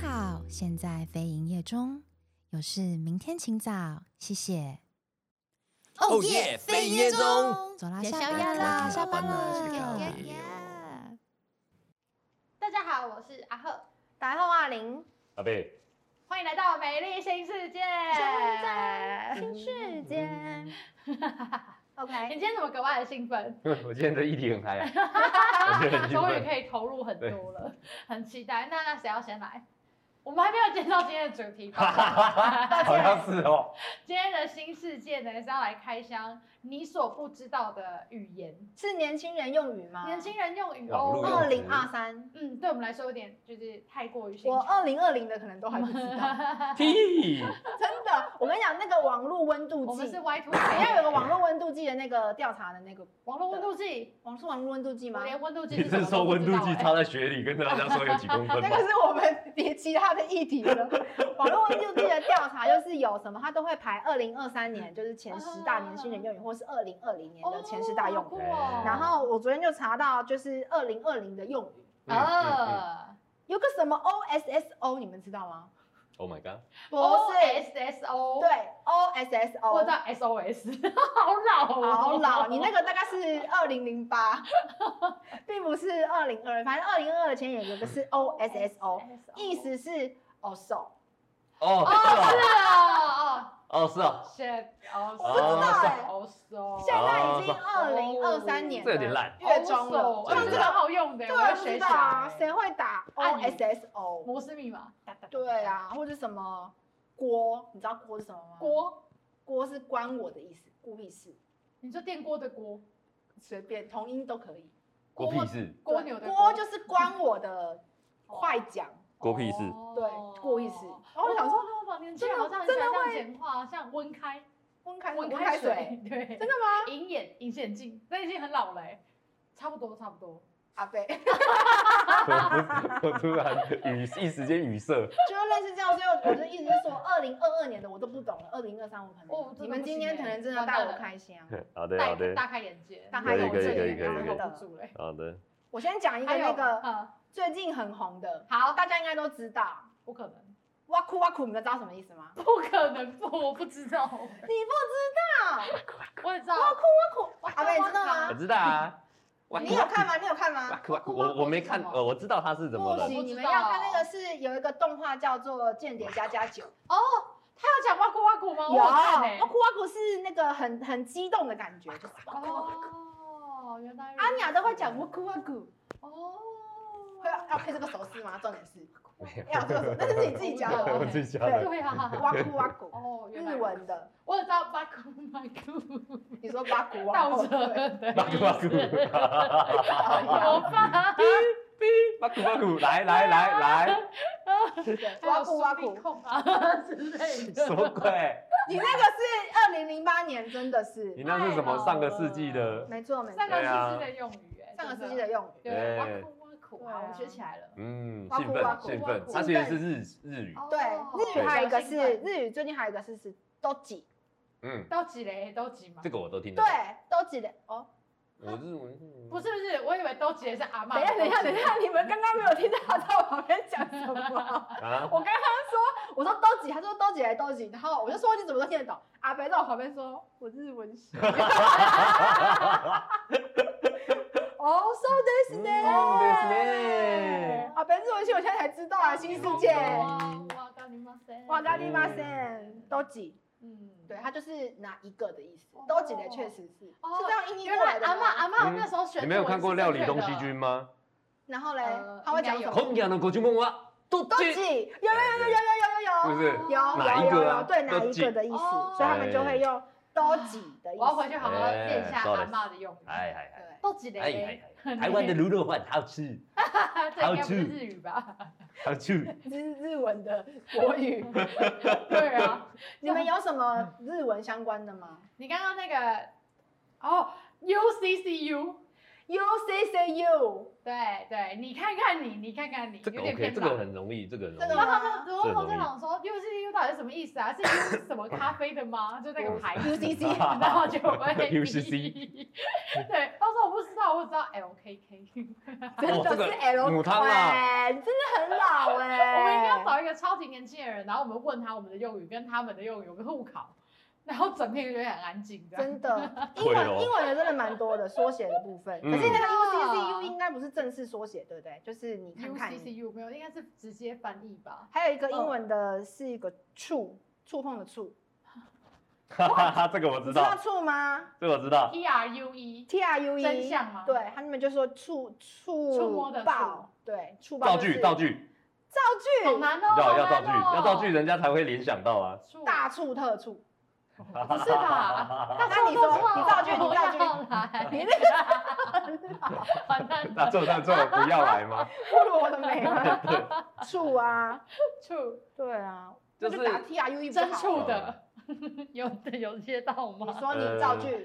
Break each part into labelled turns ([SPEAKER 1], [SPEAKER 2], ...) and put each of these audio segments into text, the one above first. [SPEAKER 1] 好，现在非营业中，有事明天请早，谢谢。
[SPEAKER 2] 哦耶非营业中
[SPEAKER 1] 走啦，
[SPEAKER 3] 哦也
[SPEAKER 1] 下
[SPEAKER 3] 宵夜
[SPEAKER 1] 班
[SPEAKER 3] 啦
[SPEAKER 1] 啦，
[SPEAKER 3] 下
[SPEAKER 1] 下
[SPEAKER 3] 班
[SPEAKER 1] 班
[SPEAKER 3] 了
[SPEAKER 1] 了。
[SPEAKER 4] 大家好，我是阿赫，打后阿玲，
[SPEAKER 5] 阿贝，
[SPEAKER 4] 欢迎来到美丽新世界。
[SPEAKER 3] 新世界，
[SPEAKER 4] 你今天怎么格外的兴奋？
[SPEAKER 5] 我今天这议题很嗨啊，我觉得很兴
[SPEAKER 4] 终于可
[SPEAKER 5] 奋。
[SPEAKER 4] 以投入很多了，很期待。那那谁要先来？我们还没有介绍今天的主题吧？
[SPEAKER 5] 好像是哦，
[SPEAKER 4] 今天的新世界呢是要来开箱你所不知道的语言，
[SPEAKER 3] 是年轻人用语吗？
[SPEAKER 4] 年轻人用语
[SPEAKER 5] 网络用
[SPEAKER 4] 哦。
[SPEAKER 3] 二
[SPEAKER 5] 语
[SPEAKER 3] 零二三，
[SPEAKER 4] 嗯，对我们来说有点就是太过于新
[SPEAKER 3] 我
[SPEAKER 4] 潮。
[SPEAKER 3] 二零二零的可能都还不知道，
[SPEAKER 5] 屁，
[SPEAKER 3] 真的。我跟你讲，那个网络温度
[SPEAKER 4] 我们
[SPEAKER 3] 计
[SPEAKER 4] 是，Y Two
[SPEAKER 3] 你
[SPEAKER 4] K，
[SPEAKER 3] 要有个网络温度计的那个调查的那个，
[SPEAKER 4] 网络温度计，
[SPEAKER 3] 网是网络温度计
[SPEAKER 4] 我
[SPEAKER 3] 吗？
[SPEAKER 4] 连温度计
[SPEAKER 5] 你
[SPEAKER 4] 什
[SPEAKER 5] 是
[SPEAKER 4] 么
[SPEAKER 5] 说
[SPEAKER 4] 都不
[SPEAKER 5] 温
[SPEAKER 4] 知
[SPEAKER 5] 度
[SPEAKER 4] 道
[SPEAKER 5] 计
[SPEAKER 4] 欸
[SPEAKER 5] 插在雪里，跟大家说有几公分
[SPEAKER 3] 那 个
[SPEAKER 5] 吗？
[SPEAKER 3] 是我们别其他的议题 了。网络温度计的调查就是有什么，它都会排二零二三年就是前十大年轻人用语，或是二零二零年的前十大用
[SPEAKER 4] 啊哦好
[SPEAKER 3] 语。
[SPEAKER 4] 酷哦、
[SPEAKER 3] 然后我昨天就查到，就是二零二零的用语，
[SPEAKER 5] 嗯嗯嗯
[SPEAKER 4] 呃
[SPEAKER 3] 有个什么 OSSO，你们知道吗？
[SPEAKER 5] ，Oh my god，
[SPEAKER 3] 不
[SPEAKER 4] ，O
[SPEAKER 3] 是，
[SPEAKER 4] 哦 S S O，，
[SPEAKER 3] 哦对
[SPEAKER 4] 我知
[SPEAKER 3] ，OSSO，
[SPEAKER 4] 道 S O S，好老、哦，
[SPEAKER 3] 好老，你那个大概是二零零 八，并不是二零二，反正二零二前也有个是 OSSO，意思是哦手，
[SPEAKER 5] 哦
[SPEAKER 4] 是
[SPEAKER 5] 是
[SPEAKER 4] 啊，
[SPEAKER 5] 哦，哦是哦
[SPEAKER 4] 哦，，shit，哦，
[SPEAKER 5] 我不知道
[SPEAKER 3] 哎
[SPEAKER 4] 哦，so，
[SPEAKER 3] 现在已经二
[SPEAKER 4] 哦
[SPEAKER 3] 零二三年
[SPEAKER 5] 这有点
[SPEAKER 3] 了，
[SPEAKER 5] 烂，
[SPEAKER 3] 月中了，像
[SPEAKER 4] 像哦这
[SPEAKER 3] 这
[SPEAKER 4] 个
[SPEAKER 3] 个
[SPEAKER 4] 好用的，
[SPEAKER 3] 对
[SPEAKER 4] 我要
[SPEAKER 3] 啊，不
[SPEAKER 4] 学
[SPEAKER 3] 知
[SPEAKER 4] 起
[SPEAKER 3] 道啊，
[SPEAKER 4] 来。
[SPEAKER 3] 谁会打哦
[SPEAKER 4] 按钮
[SPEAKER 3] OSSO？
[SPEAKER 4] 摩斯密码，
[SPEAKER 3] 对啊，或者什么锅，你知道锅是什么吗？
[SPEAKER 4] 锅，
[SPEAKER 3] 锅是关我的意思，孤立式，
[SPEAKER 4] 你说电锅的锅，
[SPEAKER 3] 随便同音都可以。
[SPEAKER 5] 郭屁事，
[SPEAKER 4] 锅牛的
[SPEAKER 3] 对锅就是关我 的快讲，
[SPEAKER 5] 郭屁事
[SPEAKER 4] 哦
[SPEAKER 3] 对过意思然后
[SPEAKER 4] 我
[SPEAKER 3] 我
[SPEAKER 4] 想
[SPEAKER 3] 想
[SPEAKER 4] 说
[SPEAKER 3] 说，
[SPEAKER 4] 哦年轻人好像很喜欢这样简化，像温开，
[SPEAKER 3] 温开
[SPEAKER 4] 温
[SPEAKER 3] 温
[SPEAKER 4] 开
[SPEAKER 3] 开
[SPEAKER 4] 水
[SPEAKER 3] 水，，
[SPEAKER 4] 对， 真的
[SPEAKER 3] 吗？
[SPEAKER 4] 隐眼隐显镜，那已经很老了欸，差不多差不多。
[SPEAKER 3] 阿贝，
[SPEAKER 5] 我我突然语一时间语塞，
[SPEAKER 3] 就是类似这样，所以我我的意思是说，二零二二年的我都不懂了，二零二三我可
[SPEAKER 4] 哦真
[SPEAKER 3] 能你
[SPEAKER 4] 的
[SPEAKER 3] 们
[SPEAKER 4] 不行
[SPEAKER 3] 今天
[SPEAKER 4] 欸
[SPEAKER 3] 可能真的
[SPEAKER 4] 完
[SPEAKER 3] 带
[SPEAKER 4] 蛋
[SPEAKER 3] 我
[SPEAKER 4] 了
[SPEAKER 3] 开箱。
[SPEAKER 5] 好的
[SPEAKER 4] 大
[SPEAKER 5] 好的
[SPEAKER 4] 大开眼界，
[SPEAKER 3] 大
[SPEAKER 5] 开眼啊界可以可以
[SPEAKER 4] 眼界
[SPEAKER 5] 可以可以
[SPEAKER 4] 真的 hold 不住嘞。
[SPEAKER 5] 好的，
[SPEAKER 3] 我先讲一个
[SPEAKER 4] 还有
[SPEAKER 3] 那个
[SPEAKER 4] 嗯，
[SPEAKER 3] 最近很红的，
[SPEAKER 4] 好，
[SPEAKER 3] 大家应该都知道，
[SPEAKER 4] 不可能，
[SPEAKER 3] 哇酷哇酷，你们知道什么意思 吗？
[SPEAKER 4] 不可能不，我不知道，
[SPEAKER 3] 你不知
[SPEAKER 4] 我也知道。
[SPEAKER 3] 道，哇酷哇酷，
[SPEAKER 4] 哇
[SPEAKER 3] 阿贝你知道
[SPEAKER 5] 我
[SPEAKER 3] 吗？
[SPEAKER 5] 知道啊，哇
[SPEAKER 3] 你有看吗？你有看
[SPEAKER 5] 哇
[SPEAKER 3] 吗？
[SPEAKER 5] 哇哇我我没看，呃，我知道他是怎么
[SPEAKER 3] 不
[SPEAKER 5] 了，
[SPEAKER 3] 行，你们
[SPEAKER 4] 我不知道
[SPEAKER 3] 要看那个是有一个动画叫做《间谍加加九》。
[SPEAKER 4] 哦他有讲哇咕哇咕吗？
[SPEAKER 3] 有，
[SPEAKER 4] 我看欸
[SPEAKER 3] 哇酷哇酷是那个很很激动的感觉，就是哇酷哇酷。
[SPEAKER 4] 哦，原来如此
[SPEAKER 3] 阿尼亚都会讲哇酷哇酷，
[SPEAKER 4] 哦，
[SPEAKER 3] 会啊要要配这个手势吗？重点是
[SPEAKER 5] 没有
[SPEAKER 3] 要有这个手势，那是你自己讲的
[SPEAKER 5] 我
[SPEAKER 3] 哦。
[SPEAKER 5] 自己加的，
[SPEAKER 4] 对啊，
[SPEAKER 3] 哇酷哇酷，
[SPEAKER 4] 哦，
[SPEAKER 3] 日
[SPEAKER 4] 原来如此
[SPEAKER 3] 文，的，
[SPEAKER 4] 我只知道哇咕哇咕，
[SPEAKER 3] 你说哇酷哇
[SPEAKER 4] 倒
[SPEAKER 3] 酷，
[SPEAKER 4] 着
[SPEAKER 3] 对
[SPEAKER 4] 的
[SPEAKER 5] 巴
[SPEAKER 4] 意
[SPEAKER 5] 古巴 古，
[SPEAKER 4] 思，
[SPEAKER 3] 好
[SPEAKER 4] 好吧，
[SPEAKER 5] 巴古巴古，来来来来，
[SPEAKER 3] 对哇酷哇酷，
[SPEAKER 4] 控啊 之类的，
[SPEAKER 5] 什么鬼？
[SPEAKER 3] 你那个是二零零八年，真的是
[SPEAKER 5] 你，那是什么上个啊世纪的？
[SPEAKER 3] 没错没错啊
[SPEAKER 4] 上，个世纪的用语、哎、
[SPEAKER 3] 上个世纪
[SPEAKER 4] 真的
[SPEAKER 3] 的用语，
[SPEAKER 4] 对，哇
[SPEAKER 5] 哎
[SPEAKER 4] 酷哇酷，
[SPEAKER 3] 对啊
[SPEAKER 4] 好，我学起来了。
[SPEAKER 5] 嗯，
[SPEAKER 3] 哇
[SPEAKER 5] 兴
[SPEAKER 3] 酷哇
[SPEAKER 5] 奋
[SPEAKER 3] 酷
[SPEAKER 5] 兴
[SPEAKER 4] 哇
[SPEAKER 5] 奋，
[SPEAKER 4] 酷
[SPEAKER 5] 它其实是日日语，
[SPEAKER 4] 哦
[SPEAKER 3] 对，日语还有一个是
[SPEAKER 4] 对
[SPEAKER 3] 日语，最近还有一个是是都几，
[SPEAKER 5] 嗯，
[SPEAKER 4] 都几嘞，都几嘛
[SPEAKER 5] 这？个我都听得
[SPEAKER 3] 对
[SPEAKER 5] 懂。，
[SPEAKER 3] 都几的哦。
[SPEAKER 5] 我日文
[SPEAKER 4] 不是不是，我以为都几嘞是阿妈。
[SPEAKER 3] 等一下，等一下，等一下，你们刚刚没有听到他在我旁边讲什么？
[SPEAKER 5] 啊，
[SPEAKER 3] 我刚刚说，我说都几，他说都几来都几，然后我就说你怎么都听得懂？阿北在我旁边说，我日文 系。哦，so this
[SPEAKER 5] 嗯です
[SPEAKER 3] 呢
[SPEAKER 5] ね？
[SPEAKER 3] 阿北日文系，我现在才知道
[SPEAKER 4] 嗯
[SPEAKER 3] 啊，新世界。
[SPEAKER 4] 哇哇嘎尼玛塞，
[SPEAKER 3] 哇，咖喱马
[SPEAKER 5] 嗯
[SPEAKER 3] 森都几，
[SPEAKER 4] 嗯，
[SPEAKER 3] 对，它就是哪一个的意思
[SPEAKER 4] 哦。
[SPEAKER 3] 都几的确实是是
[SPEAKER 4] 哦
[SPEAKER 3] 这样音译
[SPEAKER 4] 原
[SPEAKER 3] 过
[SPEAKER 4] 来
[SPEAKER 3] 来的
[SPEAKER 4] 阿妈阿
[SPEAKER 3] 吗。
[SPEAKER 4] 妈那时候选，
[SPEAKER 5] 你没有看过《料理东西
[SPEAKER 4] 君？
[SPEAKER 5] 君》吗？
[SPEAKER 3] 然后嘞
[SPEAKER 4] 呃，
[SPEAKER 3] 他会讲
[SPEAKER 4] 应该
[SPEAKER 3] 什
[SPEAKER 4] 有
[SPEAKER 3] 么？
[SPEAKER 5] 今夜のご注文はどっ
[SPEAKER 3] 都
[SPEAKER 5] ち？
[SPEAKER 3] 几，有有有有有有有有。
[SPEAKER 5] 是不是？
[SPEAKER 3] 有有有
[SPEAKER 5] 啊
[SPEAKER 3] 有对哪一个的意思，
[SPEAKER 4] 哦
[SPEAKER 3] 所以他们就会用都几的意思。
[SPEAKER 4] 我要回去好好练一下阿妈的用语。
[SPEAKER 5] 哎哎
[SPEAKER 3] 对，
[SPEAKER 4] 都几嘞？
[SPEAKER 5] 哎哎哎，台湾的卤肉饭好吃，
[SPEAKER 4] 这应该不是日语吧？
[SPEAKER 5] 好吃。
[SPEAKER 3] 日日文的国语。
[SPEAKER 4] 对啊，
[SPEAKER 3] 你们有什么日文相关的吗
[SPEAKER 4] 你刚刚那个哦，UCCU。
[SPEAKER 3] ？U C C U，
[SPEAKER 4] 对对，你看看你，你看看你，
[SPEAKER 5] 这个
[SPEAKER 4] 有点
[SPEAKER 5] OK，
[SPEAKER 4] 偏
[SPEAKER 5] 这
[SPEAKER 4] 老。
[SPEAKER 5] 个很容易，这个很容
[SPEAKER 3] 这
[SPEAKER 5] 易
[SPEAKER 3] 个
[SPEAKER 4] 然。后
[SPEAKER 3] 吗
[SPEAKER 4] 他们，然后
[SPEAKER 5] 这很
[SPEAKER 4] 我就
[SPEAKER 5] 容易
[SPEAKER 4] 想说，又是 U 到底是什么意思 啊？是 U 什么咖啡的
[SPEAKER 3] 哦
[SPEAKER 4] 吗？就那个牌子
[SPEAKER 3] UCC
[SPEAKER 4] 然后就会
[SPEAKER 5] UCC
[SPEAKER 4] 对，他说我不知道，话，我知道 LKK。
[SPEAKER 3] 真
[SPEAKER 5] 哦这
[SPEAKER 3] 的
[SPEAKER 5] 个
[SPEAKER 3] 是 L
[SPEAKER 5] 母汤啊
[SPEAKER 3] 款，真的很老哎、
[SPEAKER 4] 我们一定要找一个超级年轻的人，然后我们问他我们的用语跟他们的用语有个互考，然后整片就会很安静这样。
[SPEAKER 3] 真 的，英
[SPEAKER 5] 会
[SPEAKER 3] 文、
[SPEAKER 5] 哦
[SPEAKER 3] 英文的真的蛮多的缩写的部分，可是那个 U
[SPEAKER 4] 嗯
[SPEAKER 3] C C U 应该不是正式缩写，对不对？就是你看
[SPEAKER 4] U
[SPEAKER 3] 看
[SPEAKER 4] C C
[SPEAKER 3] 你。
[SPEAKER 4] U 没有，应该是直接翻译吧。
[SPEAKER 3] 还有一个英文
[SPEAKER 5] 哦
[SPEAKER 3] 的是一个触，触碰的触，
[SPEAKER 5] 哈哈哈，这个我
[SPEAKER 3] 你
[SPEAKER 5] 知
[SPEAKER 3] 知道
[SPEAKER 5] 道，
[SPEAKER 3] 触吗
[SPEAKER 5] 这个我知道。
[SPEAKER 4] T R U E
[SPEAKER 3] ？T R U E，
[SPEAKER 4] 真相吗
[SPEAKER 3] 对，他们就说触触
[SPEAKER 4] 触摸的触
[SPEAKER 3] 爆，对，触爆
[SPEAKER 5] 道
[SPEAKER 3] 就
[SPEAKER 5] 具
[SPEAKER 3] 是
[SPEAKER 5] 道具
[SPEAKER 4] 好
[SPEAKER 3] 造句，
[SPEAKER 4] 难哦，
[SPEAKER 5] 要要
[SPEAKER 4] 好
[SPEAKER 5] 道
[SPEAKER 4] 难
[SPEAKER 5] 具
[SPEAKER 4] 哦
[SPEAKER 5] 要道具，人家才会联想到啊。
[SPEAKER 4] 数
[SPEAKER 3] 大触特触，
[SPEAKER 4] 不是吧？大
[SPEAKER 3] 那你说你造句你造句
[SPEAKER 4] 造句，你那个 完蛋
[SPEAKER 5] 那
[SPEAKER 4] 了，
[SPEAKER 5] 这那这不要来吗？
[SPEAKER 3] 侮辱我的美吗？触啊，
[SPEAKER 4] 处
[SPEAKER 3] 对啊，那
[SPEAKER 5] 就是
[SPEAKER 3] 就打 T R U E 不就
[SPEAKER 4] 真啊
[SPEAKER 3] 好
[SPEAKER 4] 处
[SPEAKER 3] 了
[SPEAKER 4] 的，有有接到
[SPEAKER 3] 你
[SPEAKER 4] 吗？
[SPEAKER 3] 说你造句，
[SPEAKER 5] 呃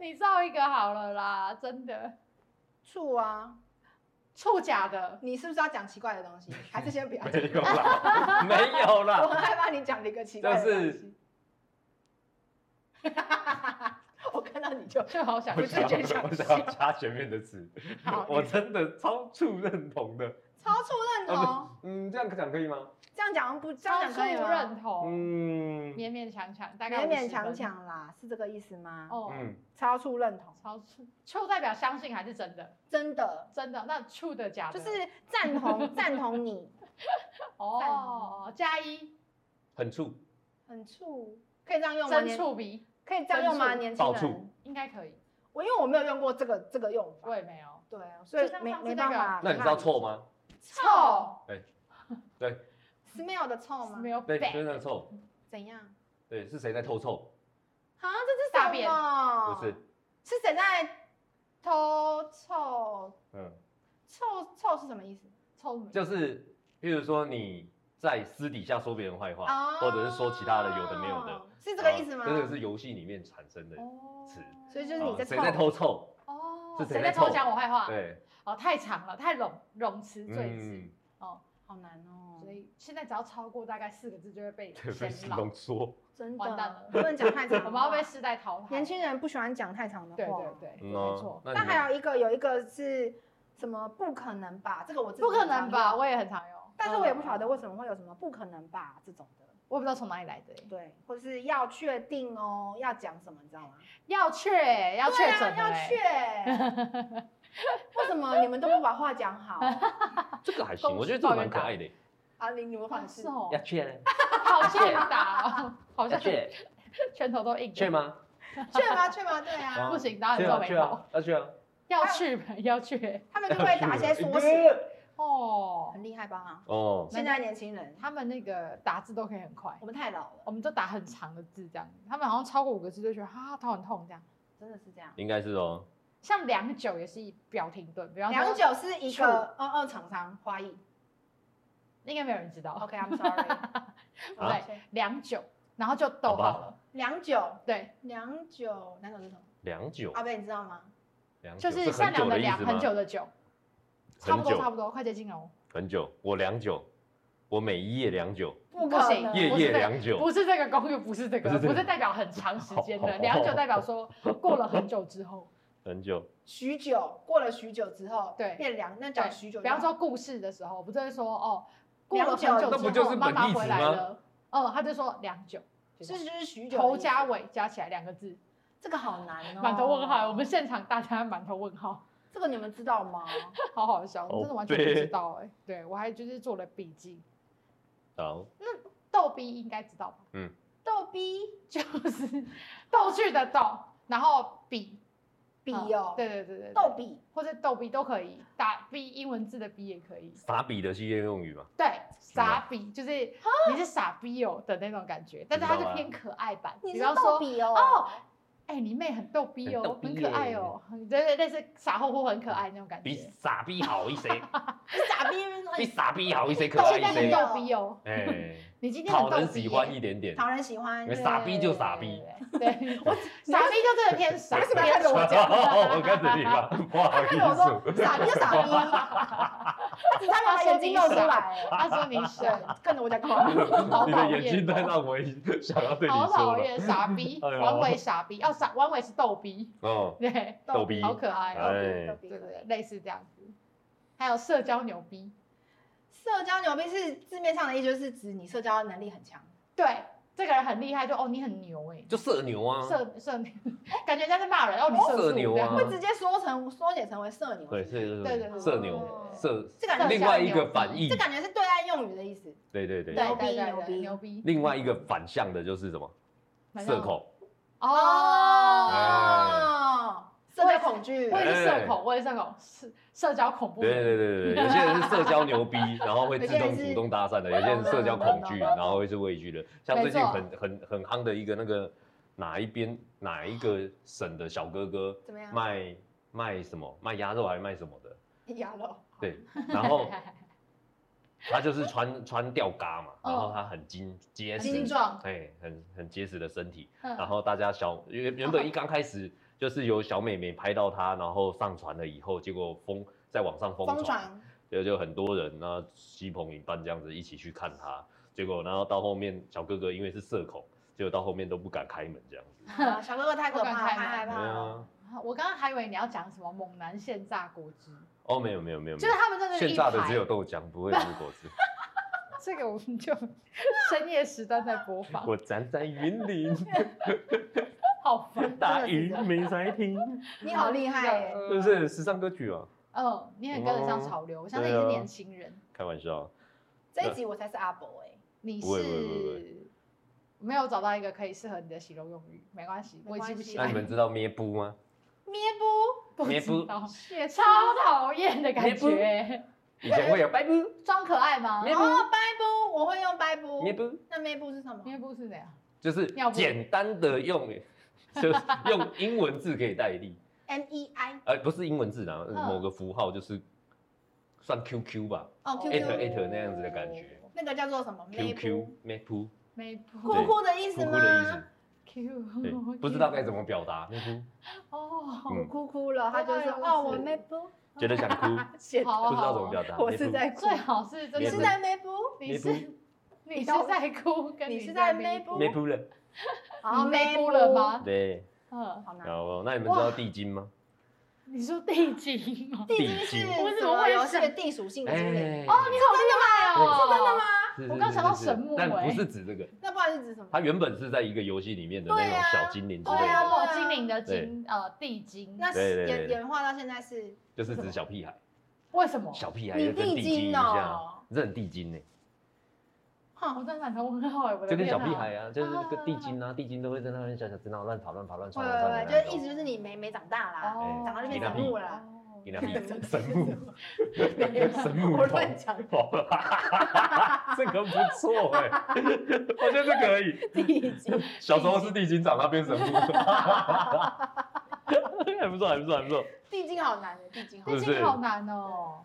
[SPEAKER 4] 你造一个好了啦，真的
[SPEAKER 3] 触啊，
[SPEAKER 4] 触假的，
[SPEAKER 3] 你是不是要讲奇怪的东 西？还是先不要讲？
[SPEAKER 5] 没有啦， 没有
[SPEAKER 3] 我
[SPEAKER 5] 啦。
[SPEAKER 3] 很害怕你讲了一个奇怪的
[SPEAKER 5] 就是
[SPEAKER 3] 东西。 我看到你就
[SPEAKER 4] 就好想
[SPEAKER 5] 我
[SPEAKER 4] 去
[SPEAKER 5] 想
[SPEAKER 3] 直接
[SPEAKER 5] 要
[SPEAKER 4] 讲。
[SPEAKER 3] 想
[SPEAKER 5] 我想要加前面的词，
[SPEAKER 3] 好，
[SPEAKER 5] 我
[SPEAKER 3] 你
[SPEAKER 5] 真的超触认同的。
[SPEAKER 3] 超出认同，
[SPEAKER 5] 啊，不，嗯，这样讲可以吗？
[SPEAKER 3] 这样讲不这样
[SPEAKER 4] 超
[SPEAKER 3] 讲
[SPEAKER 4] 出
[SPEAKER 3] 可以吗？
[SPEAKER 4] 认同，
[SPEAKER 5] 嗯
[SPEAKER 4] 勉勉强强，大概
[SPEAKER 3] 勉勉
[SPEAKER 4] 50
[SPEAKER 3] 强
[SPEAKER 4] 分
[SPEAKER 3] 强啦，是这个意思吗？
[SPEAKER 4] 哦，
[SPEAKER 5] 嗯，
[SPEAKER 3] 超出认同，
[SPEAKER 4] 超出处代表相信还是真的？
[SPEAKER 3] 真的
[SPEAKER 4] 真的，那处的假的，
[SPEAKER 3] 就是赞 同赞同你，赞
[SPEAKER 4] 哦
[SPEAKER 3] 同
[SPEAKER 4] 加一
[SPEAKER 5] 很触，
[SPEAKER 3] 很触，可以这样用吗？
[SPEAKER 4] 真
[SPEAKER 3] 年
[SPEAKER 4] 触鼻
[SPEAKER 3] 可以这样用吗？
[SPEAKER 4] 真触
[SPEAKER 3] 年轻
[SPEAKER 5] 到
[SPEAKER 3] 人
[SPEAKER 5] 处，
[SPEAKER 4] 应该可以，
[SPEAKER 3] 我因为我没有用过这个这个用法
[SPEAKER 4] 我，也没有
[SPEAKER 3] 对啊，所以
[SPEAKER 4] 就像
[SPEAKER 3] 没
[SPEAKER 4] 上次
[SPEAKER 3] 没
[SPEAKER 4] 那
[SPEAKER 3] 办
[SPEAKER 4] 个
[SPEAKER 3] 法。
[SPEAKER 5] 那你知道臭吗？
[SPEAKER 4] 臭，
[SPEAKER 3] ？smell 的臭吗
[SPEAKER 4] 没？有
[SPEAKER 5] 对，就是
[SPEAKER 4] bad，
[SPEAKER 5] 那个臭。
[SPEAKER 3] 怎样？
[SPEAKER 5] 对，是谁在偷臭？
[SPEAKER 3] 啊，这是
[SPEAKER 4] 大
[SPEAKER 3] 什
[SPEAKER 4] 便
[SPEAKER 3] 么？
[SPEAKER 5] 不是，
[SPEAKER 3] 是谁在偷臭？
[SPEAKER 5] 嗯，
[SPEAKER 3] 臭臭是什么意思？
[SPEAKER 4] 臭
[SPEAKER 3] 哦
[SPEAKER 4] 美
[SPEAKER 5] 就是，譬如说你在私底下说别人坏话，或者是说其他的有的没有的，，
[SPEAKER 3] 哦是
[SPEAKER 5] 是
[SPEAKER 3] 这个意思吗？
[SPEAKER 5] 这个是游戏里面产生的。
[SPEAKER 4] 哦
[SPEAKER 5] 词
[SPEAKER 3] 所以就是
[SPEAKER 5] 啊
[SPEAKER 3] 你在啊
[SPEAKER 5] 谁
[SPEAKER 3] 臭
[SPEAKER 5] 在偷臭？
[SPEAKER 4] 哦，
[SPEAKER 5] 是谁
[SPEAKER 4] 谁
[SPEAKER 5] 在
[SPEAKER 4] 在偷
[SPEAKER 5] 臭
[SPEAKER 4] 讲我坏话？
[SPEAKER 5] 对，
[SPEAKER 4] 哦，太长了，太冗冗词赘词
[SPEAKER 5] 嗯，
[SPEAKER 4] 哦，
[SPEAKER 3] 好难哦
[SPEAKER 4] 所，以现在只要超过大概四个字就会被
[SPEAKER 5] 对，被
[SPEAKER 4] 嫌
[SPEAKER 5] 形
[SPEAKER 4] 老
[SPEAKER 5] 容，说，
[SPEAKER 3] 真
[SPEAKER 4] 完蛋了，
[SPEAKER 3] 的不能讲太长
[SPEAKER 4] 我们要被
[SPEAKER 3] 好
[SPEAKER 4] 世代淘汰。
[SPEAKER 3] 不好年轻人不喜欢讲太长的话。
[SPEAKER 4] 对对。对，
[SPEAKER 5] 嗯
[SPEAKER 4] 没错
[SPEAKER 5] 哦。，那
[SPEAKER 3] 但
[SPEAKER 5] 你
[SPEAKER 3] 还有一个有一个是什么？不可能吧？这个我自己
[SPEAKER 4] 不可能
[SPEAKER 3] 常
[SPEAKER 4] 吧？
[SPEAKER 3] 用
[SPEAKER 4] 我也很常用，
[SPEAKER 3] 但是我也不晓
[SPEAKER 4] 嗯
[SPEAKER 3] 得为什么会有什么不可能吧这种的，
[SPEAKER 4] 我也不知道从哪里来的欸。
[SPEAKER 3] 对，或是要确定哦，要讲什么，你知道吗？
[SPEAKER 4] 要确欸要确
[SPEAKER 3] 对啊
[SPEAKER 4] 诊，哎
[SPEAKER 3] 要确。。 为什么你们都不把话讲好
[SPEAKER 5] 这个还行，
[SPEAKER 4] 公
[SPEAKER 5] 我觉得
[SPEAKER 4] 司
[SPEAKER 5] 这个
[SPEAKER 4] 抱怨
[SPEAKER 5] 蛮可
[SPEAKER 4] 打
[SPEAKER 5] 爱的。
[SPEAKER 3] 啊？你你们反
[SPEAKER 4] 好
[SPEAKER 3] 是
[SPEAKER 4] 是哦，
[SPEAKER 5] 要 确，
[SPEAKER 4] 好欠打哦，好
[SPEAKER 5] 要
[SPEAKER 4] 像
[SPEAKER 5] 确，
[SPEAKER 4] 拳头都硬了。
[SPEAKER 5] 确吗？
[SPEAKER 3] 确吗？确吗？对 啊，
[SPEAKER 4] 不行，打
[SPEAKER 5] 去
[SPEAKER 4] 很皱眉头。，
[SPEAKER 5] 要去啊！
[SPEAKER 4] 要去吧，要去。
[SPEAKER 3] 他们就会打一些缩写，
[SPEAKER 5] 写。
[SPEAKER 4] 哦，
[SPEAKER 3] 很厉害吧？
[SPEAKER 5] 哦，
[SPEAKER 3] 现在年轻人，
[SPEAKER 4] 他们那个打字都可以很快
[SPEAKER 3] 我，们太老了，
[SPEAKER 4] 我们都打很长的字这样。他们好像超过五个字就觉得啊头很痛这样。
[SPEAKER 3] 真的是这样。
[SPEAKER 5] 应该是哦。
[SPEAKER 4] 像良久也是一表停顿，比方说
[SPEAKER 3] 良久是一个二二厂商花艺
[SPEAKER 4] 应该没有人知 道。
[SPEAKER 3] ，OK，I'm sorry，
[SPEAKER 5] 啊
[SPEAKER 3] 对，
[SPEAKER 4] 良久，然后就逗
[SPEAKER 5] 好吧
[SPEAKER 4] 号了。
[SPEAKER 3] 良久，
[SPEAKER 4] 对，
[SPEAKER 3] 良久，良久是什么？
[SPEAKER 5] 良久，
[SPEAKER 3] 阿贝，你知道吗？
[SPEAKER 5] 良久
[SPEAKER 4] 就是
[SPEAKER 5] 是很
[SPEAKER 4] 善良
[SPEAKER 5] 久
[SPEAKER 4] 的
[SPEAKER 5] 的意
[SPEAKER 4] 良，
[SPEAKER 5] 思吗
[SPEAKER 4] 很？久的久，差不多差不多，快接近了哦。
[SPEAKER 5] 很久，我良久，我每一夜良久，
[SPEAKER 3] 不
[SPEAKER 4] 不
[SPEAKER 3] 可
[SPEAKER 4] 行
[SPEAKER 3] 能，
[SPEAKER 5] 夜
[SPEAKER 4] 不是
[SPEAKER 5] 夜
[SPEAKER 4] 的
[SPEAKER 5] 良久。
[SPEAKER 4] 不是这个公寓，不是这
[SPEAKER 5] 不
[SPEAKER 4] 个，
[SPEAKER 5] 是这
[SPEAKER 4] 不
[SPEAKER 5] 个
[SPEAKER 4] 是代表很长时间的，
[SPEAKER 5] 哦
[SPEAKER 4] 良久代表说过了很久之后。
[SPEAKER 5] 很久，
[SPEAKER 3] 许久，过了许久之后，
[SPEAKER 4] 对
[SPEAKER 3] 变良，那
[SPEAKER 4] 对
[SPEAKER 3] 讲许，久就好，
[SPEAKER 4] 比方说故事的时候，不是会说哦，过了
[SPEAKER 3] 良
[SPEAKER 4] 很
[SPEAKER 3] 久
[SPEAKER 4] 久
[SPEAKER 3] 那不
[SPEAKER 4] 之
[SPEAKER 5] 就
[SPEAKER 4] 后
[SPEAKER 5] 是
[SPEAKER 4] 妈
[SPEAKER 5] 本
[SPEAKER 4] 妈
[SPEAKER 5] 意
[SPEAKER 4] 回
[SPEAKER 5] 思
[SPEAKER 4] 来
[SPEAKER 5] 吗
[SPEAKER 4] 了，哦，他就说良久，
[SPEAKER 3] 是就是许久的意思，
[SPEAKER 4] 头加尾加起来两个字，
[SPEAKER 3] 这个好难哦，
[SPEAKER 4] 满头问号。我们现场大家满头问号，
[SPEAKER 3] 这个你们知道吗？
[SPEAKER 4] 好好笑，我真的完全不
[SPEAKER 5] 好悲
[SPEAKER 4] 知道哎。对我还就是做了笔记，
[SPEAKER 5] 好，
[SPEAKER 4] 逗逼应该知道吧？
[SPEAKER 3] 逗逼
[SPEAKER 4] 就是逗趣的逗，然后比
[SPEAKER 3] 比
[SPEAKER 4] 嗯
[SPEAKER 3] 哦，
[SPEAKER 4] 对对对对，对
[SPEAKER 3] 逗比
[SPEAKER 4] 或者逗比都可以，打 B 英文字的 B 也可以。
[SPEAKER 5] 傻比的系列用语嘛，
[SPEAKER 4] 对，傻逼就是你是傻逼哦的那种感觉，但是它是偏可爱版，
[SPEAKER 3] 你
[SPEAKER 4] 比
[SPEAKER 3] 是
[SPEAKER 4] 方
[SPEAKER 3] 逗
[SPEAKER 4] 说，
[SPEAKER 3] 比哦，
[SPEAKER 4] 哦，哎、你妹很逗逼
[SPEAKER 5] 很逗
[SPEAKER 4] 哦，
[SPEAKER 5] 逼
[SPEAKER 4] 很
[SPEAKER 5] 耶
[SPEAKER 4] 可爱哦，很对对，但是傻乎乎很可爱那种感
[SPEAKER 5] 比
[SPEAKER 4] 觉，
[SPEAKER 5] 傻逼好一些，
[SPEAKER 3] 傻逼人
[SPEAKER 5] 比 傻逼好一些，可
[SPEAKER 4] 你
[SPEAKER 5] 爱
[SPEAKER 4] 现在
[SPEAKER 5] 一
[SPEAKER 4] 很
[SPEAKER 5] 些。
[SPEAKER 4] 逗逼哦，
[SPEAKER 5] 哎，
[SPEAKER 4] 你今天很
[SPEAKER 5] 讨
[SPEAKER 4] 逗
[SPEAKER 5] 人
[SPEAKER 4] 逼耶
[SPEAKER 5] 喜欢一点点。
[SPEAKER 3] 讨人喜欢
[SPEAKER 5] 没，傻逼就傻逼，
[SPEAKER 4] 对对对对对对，傻逼就真的偏傻，
[SPEAKER 3] 为什么要看着我
[SPEAKER 5] 哦我看着你吧，不好
[SPEAKER 3] 他跟我
[SPEAKER 5] 意
[SPEAKER 3] 说傻逼就傻逼，只差没把眼睛露出来了。
[SPEAKER 4] 他说你
[SPEAKER 3] 对
[SPEAKER 4] 傻，，
[SPEAKER 3] 看着我在干嘛？
[SPEAKER 4] 好
[SPEAKER 5] 你
[SPEAKER 4] 讨
[SPEAKER 5] 的眼睛
[SPEAKER 4] 厌
[SPEAKER 5] 在
[SPEAKER 4] 哦，
[SPEAKER 5] 让我一想要对你
[SPEAKER 4] 好
[SPEAKER 5] 说
[SPEAKER 4] 讨
[SPEAKER 5] 了。
[SPEAKER 4] 厌，傻逼，
[SPEAKER 5] 哎呦
[SPEAKER 4] 王伟傻逼，要傻，王伟是逗逼，
[SPEAKER 5] 哦，
[SPEAKER 4] 对，
[SPEAKER 5] 逗逼，
[SPEAKER 4] 好可爱哦，
[SPEAKER 3] 逗
[SPEAKER 5] 哎
[SPEAKER 3] 比
[SPEAKER 4] 对
[SPEAKER 3] 逗比
[SPEAKER 4] 对对，类似这样子。还有社交牛逼，
[SPEAKER 3] 社交牛逼是字面上的意思，就是指你社交能力很强。
[SPEAKER 4] 对，这个人很厉害，就哦你很牛哎，
[SPEAKER 5] 就社牛啊，
[SPEAKER 4] 社社，感觉像在骂人，哦你
[SPEAKER 5] 社
[SPEAKER 4] 社畜
[SPEAKER 5] 牛
[SPEAKER 4] 这样
[SPEAKER 5] 啊
[SPEAKER 3] 会直接缩成缩写成为社牛，
[SPEAKER 5] 对，是
[SPEAKER 4] 对对对
[SPEAKER 5] 社牛
[SPEAKER 3] 哦
[SPEAKER 5] 社，
[SPEAKER 3] 这感觉
[SPEAKER 5] 另外一个反义
[SPEAKER 3] 这，感觉是对岸用语的意思。
[SPEAKER 5] 对对对
[SPEAKER 4] 对
[SPEAKER 3] 牛逼
[SPEAKER 4] 对对
[SPEAKER 3] 牛逼
[SPEAKER 4] 对牛逼，
[SPEAKER 5] 另外一个反向的就是什么？
[SPEAKER 4] 蛮像
[SPEAKER 5] 社恐，
[SPEAKER 4] 哦，
[SPEAKER 3] 哦，社交恐惧
[SPEAKER 4] 我，也是社恐，我也是社恐，社社交恐怖，
[SPEAKER 5] 哎对对对对对，有些人是社交牛逼，然后会自
[SPEAKER 3] 有些
[SPEAKER 5] 动
[SPEAKER 3] 人是
[SPEAKER 5] 主动搭讪的；有些人是社交恐
[SPEAKER 3] 懂
[SPEAKER 5] 惧，
[SPEAKER 3] 懂懂
[SPEAKER 5] 然后会是畏惧的。像最近
[SPEAKER 4] 没错
[SPEAKER 5] 很很很夯的一个那个哪一边哪一个省的小哥哥
[SPEAKER 3] 怎么样
[SPEAKER 5] 卖卖什么卖鸭肉还是卖什么的，
[SPEAKER 3] 亚了，
[SPEAKER 5] 对，然后他就是穿穿吊嘎嘛，然后他很精结
[SPEAKER 4] 精
[SPEAKER 5] 实，
[SPEAKER 4] 壮，
[SPEAKER 5] 哎，很很结实的身体，然
[SPEAKER 4] 嗯，
[SPEAKER 5] 后大家小原原本一刚开始就是有小妹妹拍到他，然后上传了以后，结果疯在网上疯
[SPEAKER 3] 疯
[SPEAKER 5] 传。
[SPEAKER 3] 传，
[SPEAKER 5] 就就很多人那西朋引伴这样子一起去看他，结果然后到后面小哥哥因为是社恐，结果到后面都不敢开门这样子。
[SPEAKER 3] 啊小哥哥太可怕了，
[SPEAKER 4] 不敢
[SPEAKER 3] 太
[SPEAKER 4] 开
[SPEAKER 3] 害
[SPEAKER 4] 门
[SPEAKER 3] 怕了
[SPEAKER 5] 啊。，
[SPEAKER 4] 我刚刚还以为你要讲什么猛男现榨果汁，
[SPEAKER 5] 哦没有没有没有，
[SPEAKER 4] 就是他们真的是
[SPEAKER 5] 现
[SPEAKER 4] 一
[SPEAKER 5] 榨的只有
[SPEAKER 4] 排
[SPEAKER 5] 豆浆，不会是果汁。
[SPEAKER 4] 这个我们就 深夜时段在播 放，
[SPEAKER 5] 我站在云 林，
[SPEAKER 4] 好 烦。
[SPEAKER 5] 大雨没在 停，
[SPEAKER 3] 你好厉害耶！
[SPEAKER 5] 是不是时尚歌曲啊？
[SPEAKER 4] 欸嗯，你很跟得上
[SPEAKER 5] 哦
[SPEAKER 4] 潮流，我相信你
[SPEAKER 5] 对啊
[SPEAKER 4] 是年轻人，
[SPEAKER 5] 开玩笑，哦
[SPEAKER 3] 这一集我才是阿伯哎，
[SPEAKER 4] 你
[SPEAKER 5] 不会不会不会不
[SPEAKER 4] 是没有找到一个可以适合你的形容用语，没关系，我
[SPEAKER 3] 没
[SPEAKER 4] 已
[SPEAKER 3] 关系
[SPEAKER 4] 经不喜
[SPEAKER 5] 那
[SPEAKER 4] 欢
[SPEAKER 5] 你们知道咩布 吗？
[SPEAKER 3] 咩不？
[SPEAKER 4] 不
[SPEAKER 5] 咩
[SPEAKER 4] 知
[SPEAKER 5] 哎不
[SPEAKER 4] 道，
[SPEAKER 3] 也
[SPEAKER 4] 超讨厌的感
[SPEAKER 5] 咩不
[SPEAKER 4] 觉，
[SPEAKER 5] 以前会有白布，
[SPEAKER 4] 装可爱吗？
[SPEAKER 5] 咩
[SPEAKER 3] 哦，掰不，我会用掰不
[SPEAKER 5] 咩。布，
[SPEAKER 3] 那咩不是什么？
[SPEAKER 4] 咩不是怎样？
[SPEAKER 5] 就是
[SPEAKER 4] 尿布
[SPEAKER 5] 简单的用， 就是用英文字可以代例。
[SPEAKER 3] M E I
[SPEAKER 5] 呃，不是英文字啦，
[SPEAKER 4] 嗯
[SPEAKER 5] 某个符号就是算 QQ 吧
[SPEAKER 3] 哦
[SPEAKER 5] ，at
[SPEAKER 3] ，QQ
[SPEAKER 5] at 那样子的感觉。
[SPEAKER 3] 那个叫做什么？咩
[SPEAKER 5] ，QQ
[SPEAKER 3] 不？
[SPEAKER 5] 咩噗，
[SPEAKER 4] 咩不
[SPEAKER 3] 哭哭的意
[SPEAKER 5] 噗
[SPEAKER 3] 思
[SPEAKER 5] 噗
[SPEAKER 3] 吗？
[SPEAKER 5] 的意思， 对
[SPEAKER 4] ？Q，，
[SPEAKER 5] 不知道该怎么表达，咩噗，
[SPEAKER 4] 哦，
[SPEAKER 3] 我
[SPEAKER 5] 嗯
[SPEAKER 3] 哭哭了，他就说
[SPEAKER 4] 原来如此
[SPEAKER 3] 哦，我咩不？
[SPEAKER 5] 觉得 想哭，
[SPEAKER 3] 写的
[SPEAKER 4] 好啊
[SPEAKER 5] 不知道怎么表达，
[SPEAKER 3] 我
[SPEAKER 5] 咩
[SPEAKER 3] 是
[SPEAKER 5] 噗
[SPEAKER 3] 在哭
[SPEAKER 4] 最，好是真
[SPEAKER 3] 你
[SPEAKER 4] 的
[SPEAKER 5] 咩
[SPEAKER 3] 是
[SPEAKER 5] 不
[SPEAKER 3] 在咩不？
[SPEAKER 4] 你
[SPEAKER 5] 咩
[SPEAKER 4] 是你是在哭，跟
[SPEAKER 3] 你是在咩
[SPEAKER 4] 不
[SPEAKER 3] 不？
[SPEAKER 5] 咩噗了，
[SPEAKER 4] 啊，
[SPEAKER 3] 啊
[SPEAKER 4] 咩
[SPEAKER 3] 咩
[SPEAKER 4] 不
[SPEAKER 3] 不
[SPEAKER 4] 了？吗？
[SPEAKER 5] 对，
[SPEAKER 4] 嗯，
[SPEAKER 3] 好难。
[SPEAKER 5] 然后那你们知道地精吗？
[SPEAKER 4] 你说地精哦，
[SPEAKER 5] 地
[SPEAKER 3] 地精
[SPEAKER 5] 精
[SPEAKER 3] 是
[SPEAKER 4] 我怎
[SPEAKER 3] 什
[SPEAKER 4] 么
[SPEAKER 3] 么
[SPEAKER 4] 会
[SPEAKER 3] 游戏的
[SPEAKER 4] 想
[SPEAKER 3] 地属性的哦精灵？
[SPEAKER 5] 哎，
[SPEAKER 4] 哦你好厉害哦，是真的吗？
[SPEAKER 5] 是
[SPEAKER 4] 我刚想到
[SPEAKER 5] 是是
[SPEAKER 4] 神木
[SPEAKER 5] 但
[SPEAKER 4] 哎
[SPEAKER 5] 不是指这个，
[SPEAKER 3] 那不然是指什么？
[SPEAKER 5] 它原本是在一个游戏里面的那
[SPEAKER 3] 对
[SPEAKER 5] 种
[SPEAKER 3] 啊
[SPEAKER 5] 小精灵之类
[SPEAKER 4] 对啊，
[SPEAKER 5] 的，
[SPEAKER 4] 某精灵的精，呃，地精，
[SPEAKER 3] 那
[SPEAKER 5] 对
[SPEAKER 3] 是
[SPEAKER 5] 对对
[SPEAKER 3] 演
[SPEAKER 5] 对
[SPEAKER 3] 演化到现在是
[SPEAKER 5] 就是指小屁孩，
[SPEAKER 4] 为什么？
[SPEAKER 5] 小屁孩
[SPEAKER 3] 你
[SPEAKER 5] 就跟
[SPEAKER 3] 地
[SPEAKER 5] 地精一
[SPEAKER 3] 精
[SPEAKER 5] 样，
[SPEAKER 3] 哦，
[SPEAKER 5] 这很地精呢。
[SPEAKER 4] 我真的满头问号哎，我的
[SPEAKER 5] 就跟
[SPEAKER 4] 天
[SPEAKER 5] 小
[SPEAKER 4] 啊
[SPEAKER 5] 屁孩啊，就是个地精啊，地精都会在那边小小知道乱跑乱跑乱
[SPEAKER 3] 会
[SPEAKER 5] 窜乱窜的
[SPEAKER 3] 会
[SPEAKER 5] 那
[SPEAKER 3] 会，就
[SPEAKER 5] 种。
[SPEAKER 3] 是意思就是你没没长大
[SPEAKER 5] 啊
[SPEAKER 3] 啦，
[SPEAKER 4] 哦，
[SPEAKER 3] 长大就
[SPEAKER 5] 你
[SPEAKER 3] 变
[SPEAKER 5] 那
[SPEAKER 3] 神木了。
[SPEAKER 4] 哦
[SPEAKER 5] 你俩屁神木， 神木
[SPEAKER 3] 我乱讲，
[SPEAKER 5] 头， 这个不错哎，我觉得这可以。
[SPEAKER 3] 地精
[SPEAKER 5] 小时候是地精长大变神木，还不 错，还不错，还不错。
[SPEAKER 3] 地精好难的地精好
[SPEAKER 5] 是
[SPEAKER 4] 地
[SPEAKER 5] 不
[SPEAKER 4] 精
[SPEAKER 5] 是
[SPEAKER 4] 好难哦，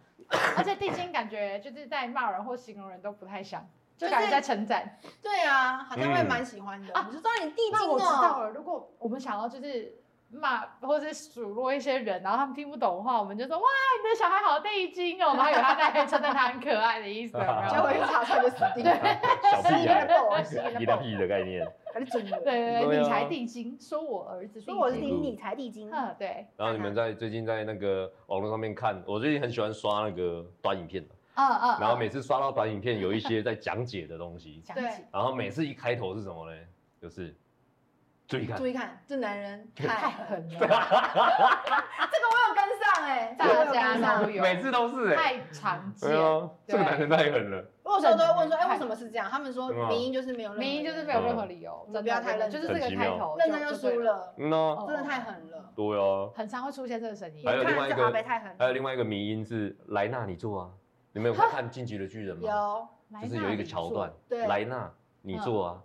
[SPEAKER 4] 而且地精感觉就是在骂人或形容人都不太像，就
[SPEAKER 3] 就是
[SPEAKER 4] 感觉在称赞。
[SPEAKER 3] 难，对啊，好像会
[SPEAKER 5] 嗯
[SPEAKER 3] 蛮喜欢的
[SPEAKER 4] 啊。
[SPEAKER 3] 你就知道你地精
[SPEAKER 4] 那我知道
[SPEAKER 3] 哦，
[SPEAKER 4] 了，如果我们想要就是骂或者是数落一些人，然后他们听不懂的话，我们就说哇，你的小孩好地精哦，我们还以为他在称赞他很可爱的 意思，有没
[SPEAKER 3] 结果一
[SPEAKER 4] 有？
[SPEAKER 3] 查出来就死定
[SPEAKER 4] 对
[SPEAKER 3] 了，
[SPEAKER 5] 小屁
[SPEAKER 3] 的
[SPEAKER 5] 孩，
[SPEAKER 3] 爆，吸引
[SPEAKER 5] 你
[SPEAKER 3] 的
[SPEAKER 5] 的
[SPEAKER 3] 爆，
[SPEAKER 5] 屁的概念。
[SPEAKER 3] 还是准的。
[SPEAKER 4] 对
[SPEAKER 5] 对
[SPEAKER 4] 对对，
[SPEAKER 5] 啊
[SPEAKER 4] 你才地精，说我儿子，
[SPEAKER 3] 所以我是
[SPEAKER 5] 地
[SPEAKER 3] 地
[SPEAKER 5] 精
[SPEAKER 3] 精，你才地精。
[SPEAKER 4] 嗯，对，
[SPEAKER 5] 然后你们
[SPEAKER 3] 啊
[SPEAKER 5] 在最近在那个网络上面看，我最近很喜欢刷那个短影片，
[SPEAKER 4] 嗯
[SPEAKER 3] 啊
[SPEAKER 4] 嗯，
[SPEAKER 5] 然后每次刷到短影片有一些在讲解的东西，
[SPEAKER 4] 讲起
[SPEAKER 5] 然后每次一开头是什么呢？就是追看
[SPEAKER 3] 注，意看，这男 人
[SPEAKER 4] 太
[SPEAKER 3] 太狠， 啊
[SPEAKER 4] 狠了，
[SPEAKER 3] 这个我有跟上哎，这个我
[SPEAKER 4] 大
[SPEAKER 3] 有
[SPEAKER 4] 家
[SPEAKER 3] 跟上
[SPEAKER 4] 都。有，
[SPEAKER 5] 每次都是哎、
[SPEAKER 4] 太常见
[SPEAKER 5] 对，啊，这个男人太狠了，
[SPEAKER 3] 我有时候都会问说，哎，为什么是这样？他们说
[SPEAKER 5] 嗯
[SPEAKER 3] 明音就是没有任何原因，
[SPEAKER 4] 明明就是没有任何理由，
[SPEAKER 3] 嗯
[SPEAKER 4] 真的
[SPEAKER 3] 不要太认
[SPEAKER 4] 就
[SPEAKER 3] 真
[SPEAKER 4] 是这个开头，
[SPEAKER 3] 认真就
[SPEAKER 4] 对
[SPEAKER 3] 输，了，
[SPEAKER 5] 嗯哦，
[SPEAKER 4] 哦
[SPEAKER 3] 真的太狠了。
[SPEAKER 5] 对啊，
[SPEAKER 4] 很常会出现这个声音
[SPEAKER 5] 还。有另外一
[SPEAKER 3] 你看
[SPEAKER 5] 个
[SPEAKER 3] 这阿北太狠了，
[SPEAKER 5] 还有另外一个迷因是莱纳你做啊，你们有看看《进击的巨人》吗？
[SPEAKER 3] 有
[SPEAKER 5] 就是有一个桥段，
[SPEAKER 3] 对
[SPEAKER 5] 莱纳你做啊，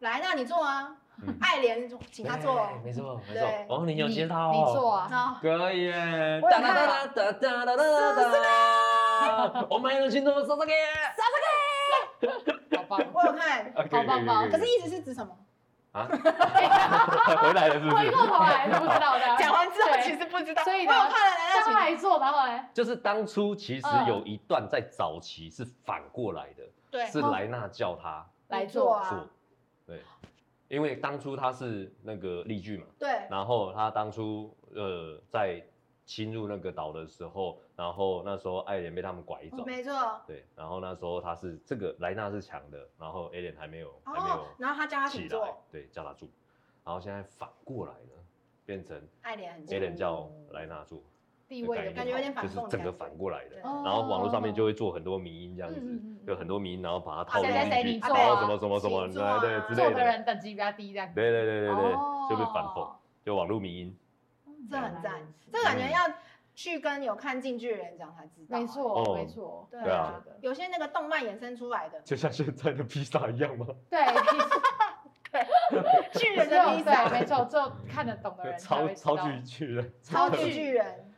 [SPEAKER 3] 来，那你做啊
[SPEAKER 5] 嗯，
[SPEAKER 3] 爱莲请他做
[SPEAKER 5] 哎，没错没错
[SPEAKER 3] 对，
[SPEAKER 5] 哦，你
[SPEAKER 4] 你
[SPEAKER 5] 有接到哦，
[SPEAKER 4] 你做啊，
[SPEAKER 3] 那
[SPEAKER 5] 可以耶！
[SPEAKER 3] 我有看啊
[SPEAKER 5] 哒哒哒哒哒哒！我们还有群众说这个，
[SPEAKER 4] 好棒！
[SPEAKER 3] 我有 看，
[SPEAKER 5] 啊
[SPEAKER 4] 好棒棒
[SPEAKER 5] 可
[SPEAKER 3] 可
[SPEAKER 5] 以可以可以可以
[SPEAKER 3] 是意思是指什么？
[SPEAKER 5] 啊，回来了是不
[SPEAKER 4] 回
[SPEAKER 5] 是？
[SPEAKER 4] 过头来不知道的，
[SPEAKER 3] 讲完之后
[SPEAKER 4] 啊对
[SPEAKER 3] 其实不不知道，
[SPEAKER 4] 所以呢
[SPEAKER 3] 我有看了来
[SPEAKER 4] 将
[SPEAKER 3] 来去
[SPEAKER 4] 来做，然后嘞，
[SPEAKER 5] 就是当初其实
[SPEAKER 4] 嗯
[SPEAKER 5] 有一段在早期是反过来的，
[SPEAKER 3] 对
[SPEAKER 5] 是莱纳叫他
[SPEAKER 4] 来
[SPEAKER 3] 做
[SPEAKER 4] 做，
[SPEAKER 5] 做
[SPEAKER 3] 啊，，
[SPEAKER 5] 对，因为当初他是那个例句嘛，
[SPEAKER 3] 对，
[SPEAKER 5] 然后他当初呃在侵入那个岛的时候，然后那时候爱莲被他们拐走，
[SPEAKER 3] 没错。
[SPEAKER 5] 对，然后那时候他是这个莱纳是强的，然后爱莲还没有、还没
[SPEAKER 3] 哦，
[SPEAKER 5] 有
[SPEAKER 3] 然后他叫他
[SPEAKER 5] 起
[SPEAKER 3] 请
[SPEAKER 5] 来
[SPEAKER 3] 坐，，
[SPEAKER 5] 对，叫他住，然后现在反过来呢，变成
[SPEAKER 3] 爱莲很
[SPEAKER 5] 爱
[SPEAKER 3] 重，
[SPEAKER 5] 莲叫莱纳住，
[SPEAKER 4] 地
[SPEAKER 5] 的
[SPEAKER 4] 位
[SPEAKER 5] 概
[SPEAKER 4] 的
[SPEAKER 5] 念哦
[SPEAKER 3] 感觉有点反
[SPEAKER 5] 就是
[SPEAKER 3] 讽的
[SPEAKER 5] 整个
[SPEAKER 3] 感觉
[SPEAKER 5] 反过来的
[SPEAKER 3] 对。
[SPEAKER 4] 哦
[SPEAKER 5] 然后网络上面就会做很多迷音这样子，
[SPEAKER 4] 嗯嗯嗯
[SPEAKER 5] 有很多迷音，然后把它套入
[SPEAKER 3] 谁谁谁
[SPEAKER 5] 进
[SPEAKER 4] 你
[SPEAKER 5] 去，
[SPEAKER 4] 做啊
[SPEAKER 5] 然后什么什么什么，
[SPEAKER 3] 星座啊
[SPEAKER 5] 对之
[SPEAKER 4] 做
[SPEAKER 5] 类
[SPEAKER 4] 的
[SPEAKER 5] 的，
[SPEAKER 4] 人等级比较低这样，
[SPEAKER 5] 对对对对对，就被反讽
[SPEAKER 4] 哦，，
[SPEAKER 5] 就网络迷音。
[SPEAKER 3] 这很赞
[SPEAKER 4] 嗯，
[SPEAKER 3] 这个感觉要去跟有看进去的人讲才知道。啊
[SPEAKER 4] 没，
[SPEAKER 5] 哦
[SPEAKER 4] 错没错，
[SPEAKER 3] 对
[SPEAKER 5] 对啊
[SPEAKER 3] 啊，有些那个动漫衍生出来的
[SPEAKER 5] 就像现在的披萨一样吗？
[SPEAKER 4] 对，其实
[SPEAKER 5] 啊
[SPEAKER 3] 巨
[SPEAKER 4] 只
[SPEAKER 3] 人的
[SPEAKER 4] 有
[SPEAKER 3] 披萨，
[SPEAKER 4] 对，没啊错，只有看得懂的人才
[SPEAKER 5] 超
[SPEAKER 4] 会知道
[SPEAKER 5] 超巨巨人，
[SPEAKER 3] 超巨巨人，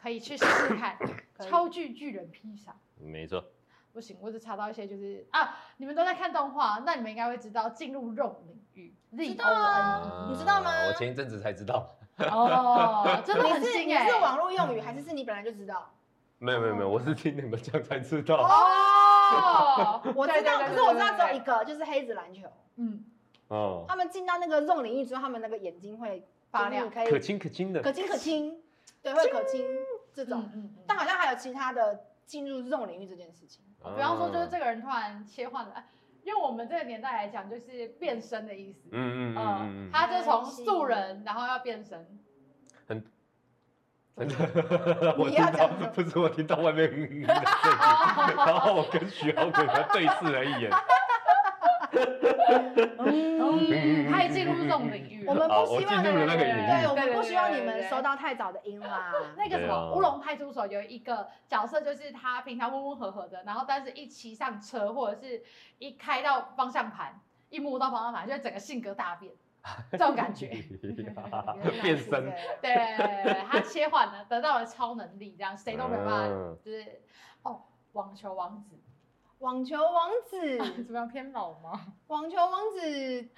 [SPEAKER 4] 可以去试试看
[SPEAKER 3] 可以
[SPEAKER 4] 超巨巨人披萨。
[SPEAKER 5] 没错，
[SPEAKER 4] 不行，我只查到一些就是啊，你们都在看动画，那你们应该会知道进入肉领域，Z
[SPEAKER 3] 知
[SPEAKER 4] O
[SPEAKER 3] 道
[SPEAKER 4] N
[SPEAKER 3] 啊你知道吗
[SPEAKER 5] 我前一阵子才知道，
[SPEAKER 4] E，哦， 真的
[SPEAKER 3] 你
[SPEAKER 4] 很
[SPEAKER 3] 是
[SPEAKER 4] 新
[SPEAKER 3] 你
[SPEAKER 4] 哎、
[SPEAKER 3] 是网络用语还是是你本来就知 道？，
[SPEAKER 5] 没有没有没有，我是听你们讲才知道。
[SPEAKER 4] 哦
[SPEAKER 3] 我知道，可是我知道只有一
[SPEAKER 4] 个，
[SPEAKER 3] 个，就是黑子篮球，
[SPEAKER 4] 嗯，
[SPEAKER 5] 哦，
[SPEAKER 3] 他们进到那个肉领域之后，他们那个眼睛会
[SPEAKER 4] 发亮
[SPEAKER 3] 就是
[SPEAKER 5] 可
[SPEAKER 3] 你可以
[SPEAKER 5] 亲可亲的
[SPEAKER 3] 可，亲可亲，对，会可亲这
[SPEAKER 4] 这种
[SPEAKER 3] 种，，
[SPEAKER 4] 嗯嗯
[SPEAKER 3] 但好像还有其他的进入肉领域这件事情。
[SPEAKER 5] 啊
[SPEAKER 4] 比方说就
[SPEAKER 5] 个，
[SPEAKER 4] 是这个人突然切换了，用我们这个年代来讲，就是变身的意思。
[SPEAKER 5] 嗯嗯
[SPEAKER 4] 嗯
[SPEAKER 5] 嗯嗯，
[SPEAKER 4] 他就从素人，然后要变身，
[SPEAKER 5] 嗯， 我
[SPEAKER 3] 你
[SPEAKER 5] 知
[SPEAKER 3] 要
[SPEAKER 5] 道
[SPEAKER 3] 讲什么，
[SPEAKER 5] 不是我听到外面嗯嗯的声音， 然后我跟徐浩可能对视了一眼。
[SPEAKER 4] 嗯，他也进入这种领域了。
[SPEAKER 3] 我们
[SPEAKER 5] 好
[SPEAKER 3] 不希
[SPEAKER 5] 我
[SPEAKER 3] 望
[SPEAKER 5] 嗯哦进入了那个领域
[SPEAKER 3] 对，我们
[SPEAKER 4] 对对对
[SPEAKER 3] 不希望
[SPEAKER 4] 对
[SPEAKER 3] 你们
[SPEAKER 4] 对
[SPEAKER 3] 收到太早的音啦。
[SPEAKER 4] 那个什
[SPEAKER 5] 对啊
[SPEAKER 4] 么乌龙派出所有一个角色，就是他平常温温和和的，然后但是一骑上车或者是一开到方向盘，一摸到方向盘，就整个性格大变，这种 感 觉。
[SPEAKER 5] 变身，
[SPEAKER 4] 对，他切换了，得到了超能力，这样谁都没办法，
[SPEAKER 5] 嗯
[SPEAKER 4] 就是哦，网球王子
[SPEAKER 3] 网球王
[SPEAKER 4] 怎
[SPEAKER 3] 子，
[SPEAKER 4] 么样偏老吗？
[SPEAKER 3] 网球王子，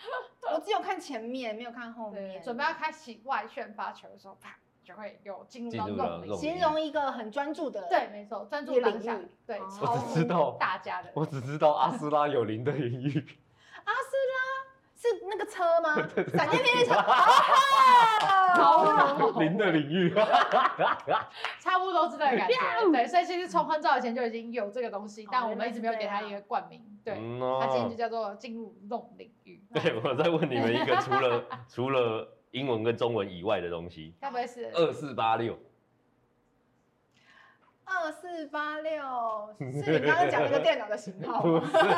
[SPEAKER 3] 我只有看前面，没有看后
[SPEAKER 4] 对，
[SPEAKER 3] 面。
[SPEAKER 4] 准备要开启外旋发球的时候，啪就会有进入到
[SPEAKER 5] 进入了
[SPEAKER 4] 梦里
[SPEAKER 5] 肉。
[SPEAKER 3] 形容一个很专注的，
[SPEAKER 4] 对，，没错，专注
[SPEAKER 3] 一个领
[SPEAKER 4] 当下
[SPEAKER 3] 域，
[SPEAKER 4] 对，
[SPEAKER 3] 哦
[SPEAKER 4] 超
[SPEAKER 5] 我只知道
[SPEAKER 4] 乎大家的。
[SPEAKER 5] 我只知道阿斯拉有灵的领域，
[SPEAKER 3] 阿斯拉是那个车吗？闪电 霹雳车，
[SPEAKER 4] 好啊哦
[SPEAKER 5] 灵的领域。
[SPEAKER 4] 差不多是这个感 觉。对，所以其实从很早以前就已经有这个东
[SPEAKER 3] 哦
[SPEAKER 4] 西，但我们一直没有给它一个冠名。对，
[SPEAKER 5] 嗯
[SPEAKER 4] 它今
[SPEAKER 5] 哦
[SPEAKER 4] 天就叫做进入弄领域。
[SPEAKER 5] 对，我再问你们一个，除了 除了英文跟中文以外的东西，
[SPEAKER 4] 该不会是
[SPEAKER 5] 二四八六，
[SPEAKER 3] 二四八六，是你刚刚讲那个电脑的型
[SPEAKER 4] 哦
[SPEAKER 3] 号
[SPEAKER 5] 不
[SPEAKER 3] 吗？
[SPEAKER 5] 是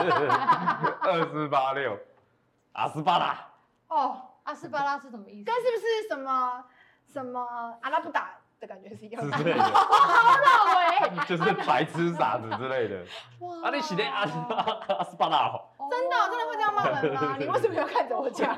[SPEAKER 5] 二四八六，阿斯巴达，
[SPEAKER 4] 哦？阿斯巴拉是什么意思
[SPEAKER 3] 跟？是不是什么什么阿拉布达的感觉是一样
[SPEAKER 5] 之
[SPEAKER 3] 的？
[SPEAKER 5] 类的，
[SPEAKER 4] 大为
[SPEAKER 5] 就是白痴傻子之类的。
[SPEAKER 4] 哇
[SPEAKER 5] 啊，你写的阿斯巴阿斯巴达哦，
[SPEAKER 3] 真的真的会这样骂人吗？你为什么要看着我 讲？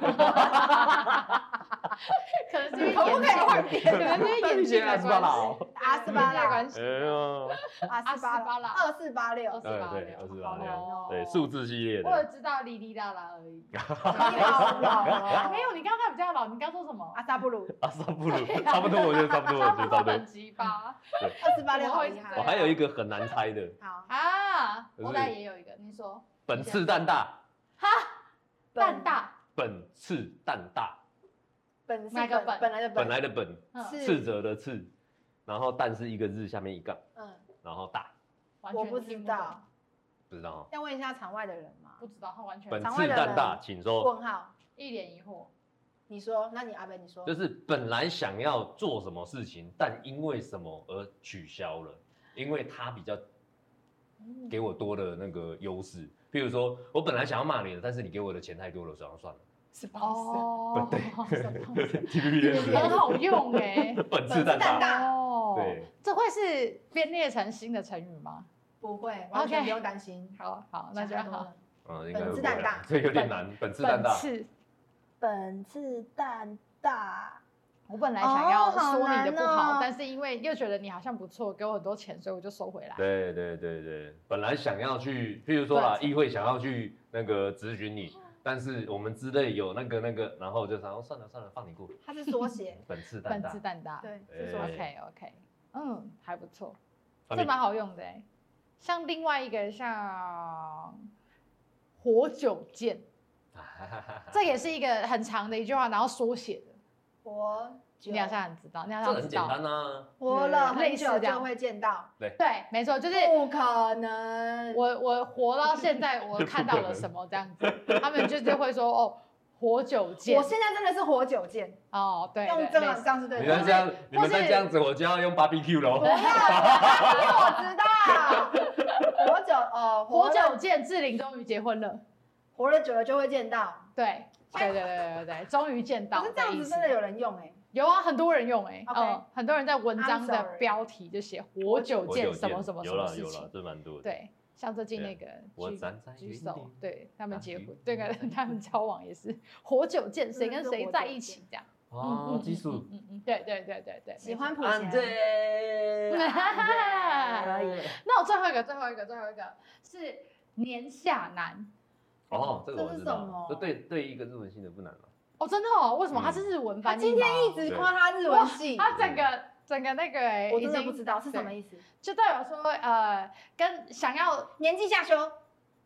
[SPEAKER 4] 可能是因为
[SPEAKER 3] 可不可以换
[SPEAKER 4] 眼镜，可能 是因为眼镜
[SPEAKER 5] 阿
[SPEAKER 4] 的
[SPEAKER 5] 斯巴达
[SPEAKER 4] 关系
[SPEAKER 5] 哦，，
[SPEAKER 3] 阿斯巴
[SPEAKER 4] 眼
[SPEAKER 3] 拉，阿
[SPEAKER 5] 哎。呦，
[SPEAKER 4] 镜的关系
[SPEAKER 3] 斯巴拉，二四八六
[SPEAKER 4] 二，四
[SPEAKER 5] 呃
[SPEAKER 4] 八
[SPEAKER 5] 对，
[SPEAKER 4] 六，
[SPEAKER 5] 二四八六，
[SPEAKER 4] 哦
[SPEAKER 5] 对，数字系列
[SPEAKER 4] 我有
[SPEAKER 5] 的，
[SPEAKER 4] 知道哩哩啦啦 而已。
[SPEAKER 3] 你好老哦
[SPEAKER 4] 没有，你刚刚比较老，你刚说什么？
[SPEAKER 3] 阿啊萨布鲁，
[SPEAKER 5] 阿萨布鲁， 差啊不多，我觉得差不多，我觉
[SPEAKER 4] 差不
[SPEAKER 5] 得
[SPEAKER 4] 多
[SPEAKER 5] 差不
[SPEAKER 4] 等
[SPEAKER 5] 多。
[SPEAKER 4] 级吧。
[SPEAKER 3] 二四八六好厉害
[SPEAKER 5] 我
[SPEAKER 4] 对
[SPEAKER 3] 哦。
[SPEAKER 5] 还有一个很难猜的，
[SPEAKER 3] 好，
[SPEAKER 4] 啊，
[SPEAKER 5] 可
[SPEAKER 4] 我
[SPEAKER 5] 是
[SPEAKER 4] 来也有一个，你说
[SPEAKER 5] 本次蛋大，
[SPEAKER 4] 蛋大，
[SPEAKER 5] 本次蛋大，
[SPEAKER 3] 本是
[SPEAKER 4] 哪个
[SPEAKER 3] 本
[SPEAKER 4] 本
[SPEAKER 3] 本来的
[SPEAKER 5] 本来的本，
[SPEAKER 4] 嗯
[SPEAKER 3] 是
[SPEAKER 5] 斥责的斥，然后蛋是一个日下面一杠，
[SPEAKER 3] 嗯，
[SPEAKER 5] 然后大，
[SPEAKER 4] 完
[SPEAKER 3] 我
[SPEAKER 4] 全
[SPEAKER 3] 不
[SPEAKER 4] 听
[SPEAKER 3] 知
[SPEAKER 4] 懂
[SPEAKER 3] 道，
[SPEAKER 5] 不知道哦。
[SPEAKER 3] 要问一下场外的人嘛？
[SPEAKER 4] 不知道，他完全
[SPEAKER 5] 本
[SPEAKER 3] 常
[SPEAKER 5] 次
[SPEAKER 3] 会的
[SPEAKER 5] 蛋
[SPEAKER 3] 人
[SPEAKER 5] 大，请说。
[SPEAKER 3] 问号，
[SPEAKER 4] 一脸疑惑。
[SPEAKER 3] 你说，那你阿北你说
[SPEAKER 5] 就，是本来想要做什么事情，但因为什么而取消了，因为他比较给我多的那个优势。譬如说，我本来想要骂你的，但是你给我的钱太多了，我想要 算了。
[SPEAKER 3] 是吧？
[SPEAKER 4] 哦，
[SPEAKER 5] T P P 认识
[SPEAKER 4] 很好用哎。
[SPEAKER 5] 本次蛋
[SPEAKER 3] 蛋
[SPEAKER 5] 大，
[SPEAKER 3] 大
[SPEAKER 4] 哦，
[SPEAKER 5] 对，
[SPEAKER 4] 这会是编列成新的成语吗？
[SPEAKER 3] 不会，完全
[SPEAKER 4] OK
[SPEAKER 3] 不用担心。
[SPEAKER 4] 好好，那就
[SPEAKER 3] 啊想太多
[SPEAKER 4] 好。
[SPEAKER 3] 了
[SPEAKER 5] 嗯，应该
[SPEAKER 3] 本次
[SPEAKER 5] 不
[SPEAKER 3] 蛋
[SPEAKER 5] 会
[SPEAKER 3] 大
[SPEAKER 5] 啊这有点难。本次蛋大，
[SPEAKER 4] 次，
[SPEAKER 3] 本次蛋 大，
[SPEAKER 4] 我本来想要
[SPEAKER 3] 哦好
[SPEAKER 4] 说你的不
[SPEAKER 3] 难哦
[SPEAKER 4] 好，但是因为又觉得你好像不错，给我很多钱，所以我就收回来。
[SPEAKER 5] 对对对对，本来想要去，譬如说啦，议会想要去那个咨询你，但是我们之类有那个那个，然后我就想，哦算了算了，放你过。
[SPEAKER 3] 它是缩 写，
[SPEAKER 5] 本次蛋
[SPEAKER 4] 本
[SPEAKER 5] 大
[SPEAKER 4] 次，蛋大。
[SPEAKER 3] 对，
[SPEAKER 5] 哎
[SPEAKER 3] 是缩写。
[SPEAKER 4] OK OK，嗯，还不错，
[SPEAKER 5] 放
[SPEAKER 4] 这
[SPEAKER 5] 你
[SPEAKER 4] 蛮好用的欸。像另外一个像活久见，这也是一个很长的一句话，然后缩写的，
[SPEAKER 3] 活久
[SPEAKER 4] 你好像很知道，你好
[SPEAKER 5] 这
[SPEAKER 4] 像
[SPEAKER 5] 很
[SPEAKER 4] 知
[SPEAKER 5] 简
[SPEAKER 4] 道。
[SPEAKER 5] 单啊，
[SPEAKER 3] 活了
[SPEAKER 4] 类
[SPEAKER 3] 很
[SPEAKER 4] 似
[SPEAKER 3] 久
[SPEAKER 4] 这样
[SPEAKER 3] 就会见到，
[SPEAKER 4] 对，没错，就是
[SPEAKER 3] 不可能。
[SPEAKER 4] 我我活到现 在，我看到了什么这样子，他们就是会说哦，活久见
[SPEAKER 3] 我现在真的是活久见，
[SPEAKER 4] 哦，对，
[SPEAKER 3] 用
[SPEAKER 4] 对
[SPEAKER 3] 这
[SPEAKER 4] 类
[SPEAKER 3] 样
[SPEAKER 4] 似
[SPEAKER 3] 这样是对
[SPEAKER 5] 你
[SPEAKER 3] 的。
[SPEAKER 5] 们这样，你们再
[SPEAKER 4] 是
[SPEAKER 5] 这样子，我就要用 BBQ
[SPEAKER 3] 不要，
[SPEAKER 5] 喽。
[SPEAKER 3] 我知道。 活久哦，
[SPEAKER 4] 活
[SPEAKER 3] 活
[SPEAKER 4] 久
[SPEAKER 3] 久
[SPEAKER 4] 见，志玲终于结婚了，
[SPEAKER 3] 活了久了就会见到。
[SPEAKER 4] 对，对对对对对对，终于见到
[SPEAKER 3] 可是这样
[SPEAKER 4] 意
[SPEAKER 3] 子
[SPEAKER 4] 思
[SPEAKER 3] 真的有人用哎、
[SPEAKER 4] 有啊，很多人用哎、欸，
[SPEAKER 3] OK
[SPEAKER 4] 嗯，很多人在文章
[SPEAKER 3] I'm
[SPEAKER 4] 的
[SPEAKER 3] sorry
[SPEAKER 4] 标题就写“活久
[SPEAKER 5] 我
[SPEAKER 4] 见
[SPEAKER 5] 有
[SPEAKER 4] 什么
[SPEAKER 5] 见
[SPEAKER 4] 什么什
[SPEAKER 5] 有
[SPEAKER 4] 么
[SPEAKER 5] 了
[SPEAKER 4] 事
[SPEAKER 5] 有
[SPEAKER 4] 情
[SPEAKER 5] 了，这蛮多”，的。，
[SPEAKER 4] 对，像最近那个
[SPEAKER 5] 我
[SPEAKER 4] 举
[SPEAKER 5] 站在
[SPEAKER 4] 举
[SPEAKER 5] 原
[SPEAKER 4] 手
[SPEAKER 5] 地，
[SPEAKER 4] 对他们
[SPEAKER 5] 啊
[SPEAKER 4] 结婚
[SPEAKER 5] 举，
[SPEAKER 4] 对跟他们交往也是“活久见”，谁
[SPEAKER 3] 嗯
[SPEAKER 4] 跟
[SPEAKER 3] 就
[SPEAKER 4] 谁
[SPEAKER 3] 活
[SPEAKER 4] 在
[SPEAKER 3] 久
[SPEAKER 4] 一
[SPEAKER 3] 见
[SPEAKER 4] 起这样，
[SPEAKER 5] 哦，技术，
[SPEAKER 4] 嗯嗯，对对对对对，
[SPEAKER 3] 喜
[SPEAKER 4] 没错
[SPEAKER 3] 欢。普
[SPEAKER 5] 安
[SPEAKER 3] 贤，
[SPEAKER 5] 对，
[SPEAKER 4] 可以。那我最后一个，最后一个，最后一个是年下男
[SPEAKER 5] 哦，这个
[SPEAKER 3] 这
[SPEAKER 5] 我
[SPEAKER 3] 是
[SPEAKER 5] 知
[SPEAKER 3] 什么
[SPEAKER 5] 道，这对对一个日文系的不难嘛。啊
[SPEAKER 4] 哦，真的哦，为什么
[SPEAKER 5] 嗯
[SPEAKER 4] 他是日文
[SPEAKER 3] 他
[SPEAKER 4] 翻译吗？
[SPEAKER 3] 今天一直夸他日文系，
[SPEAKER 4] 他整个整个那个欸
[SPEAKER 3] 我
[SPEAKER 4] 已
[SPEAKER 3] 真的不
[SPEAKER 4] 经
[SPEAKER 3] 知道是什么意思。
[SPEAKER 4] 就代表说呃，跟想要
[SPEAKER 3] 年纪下修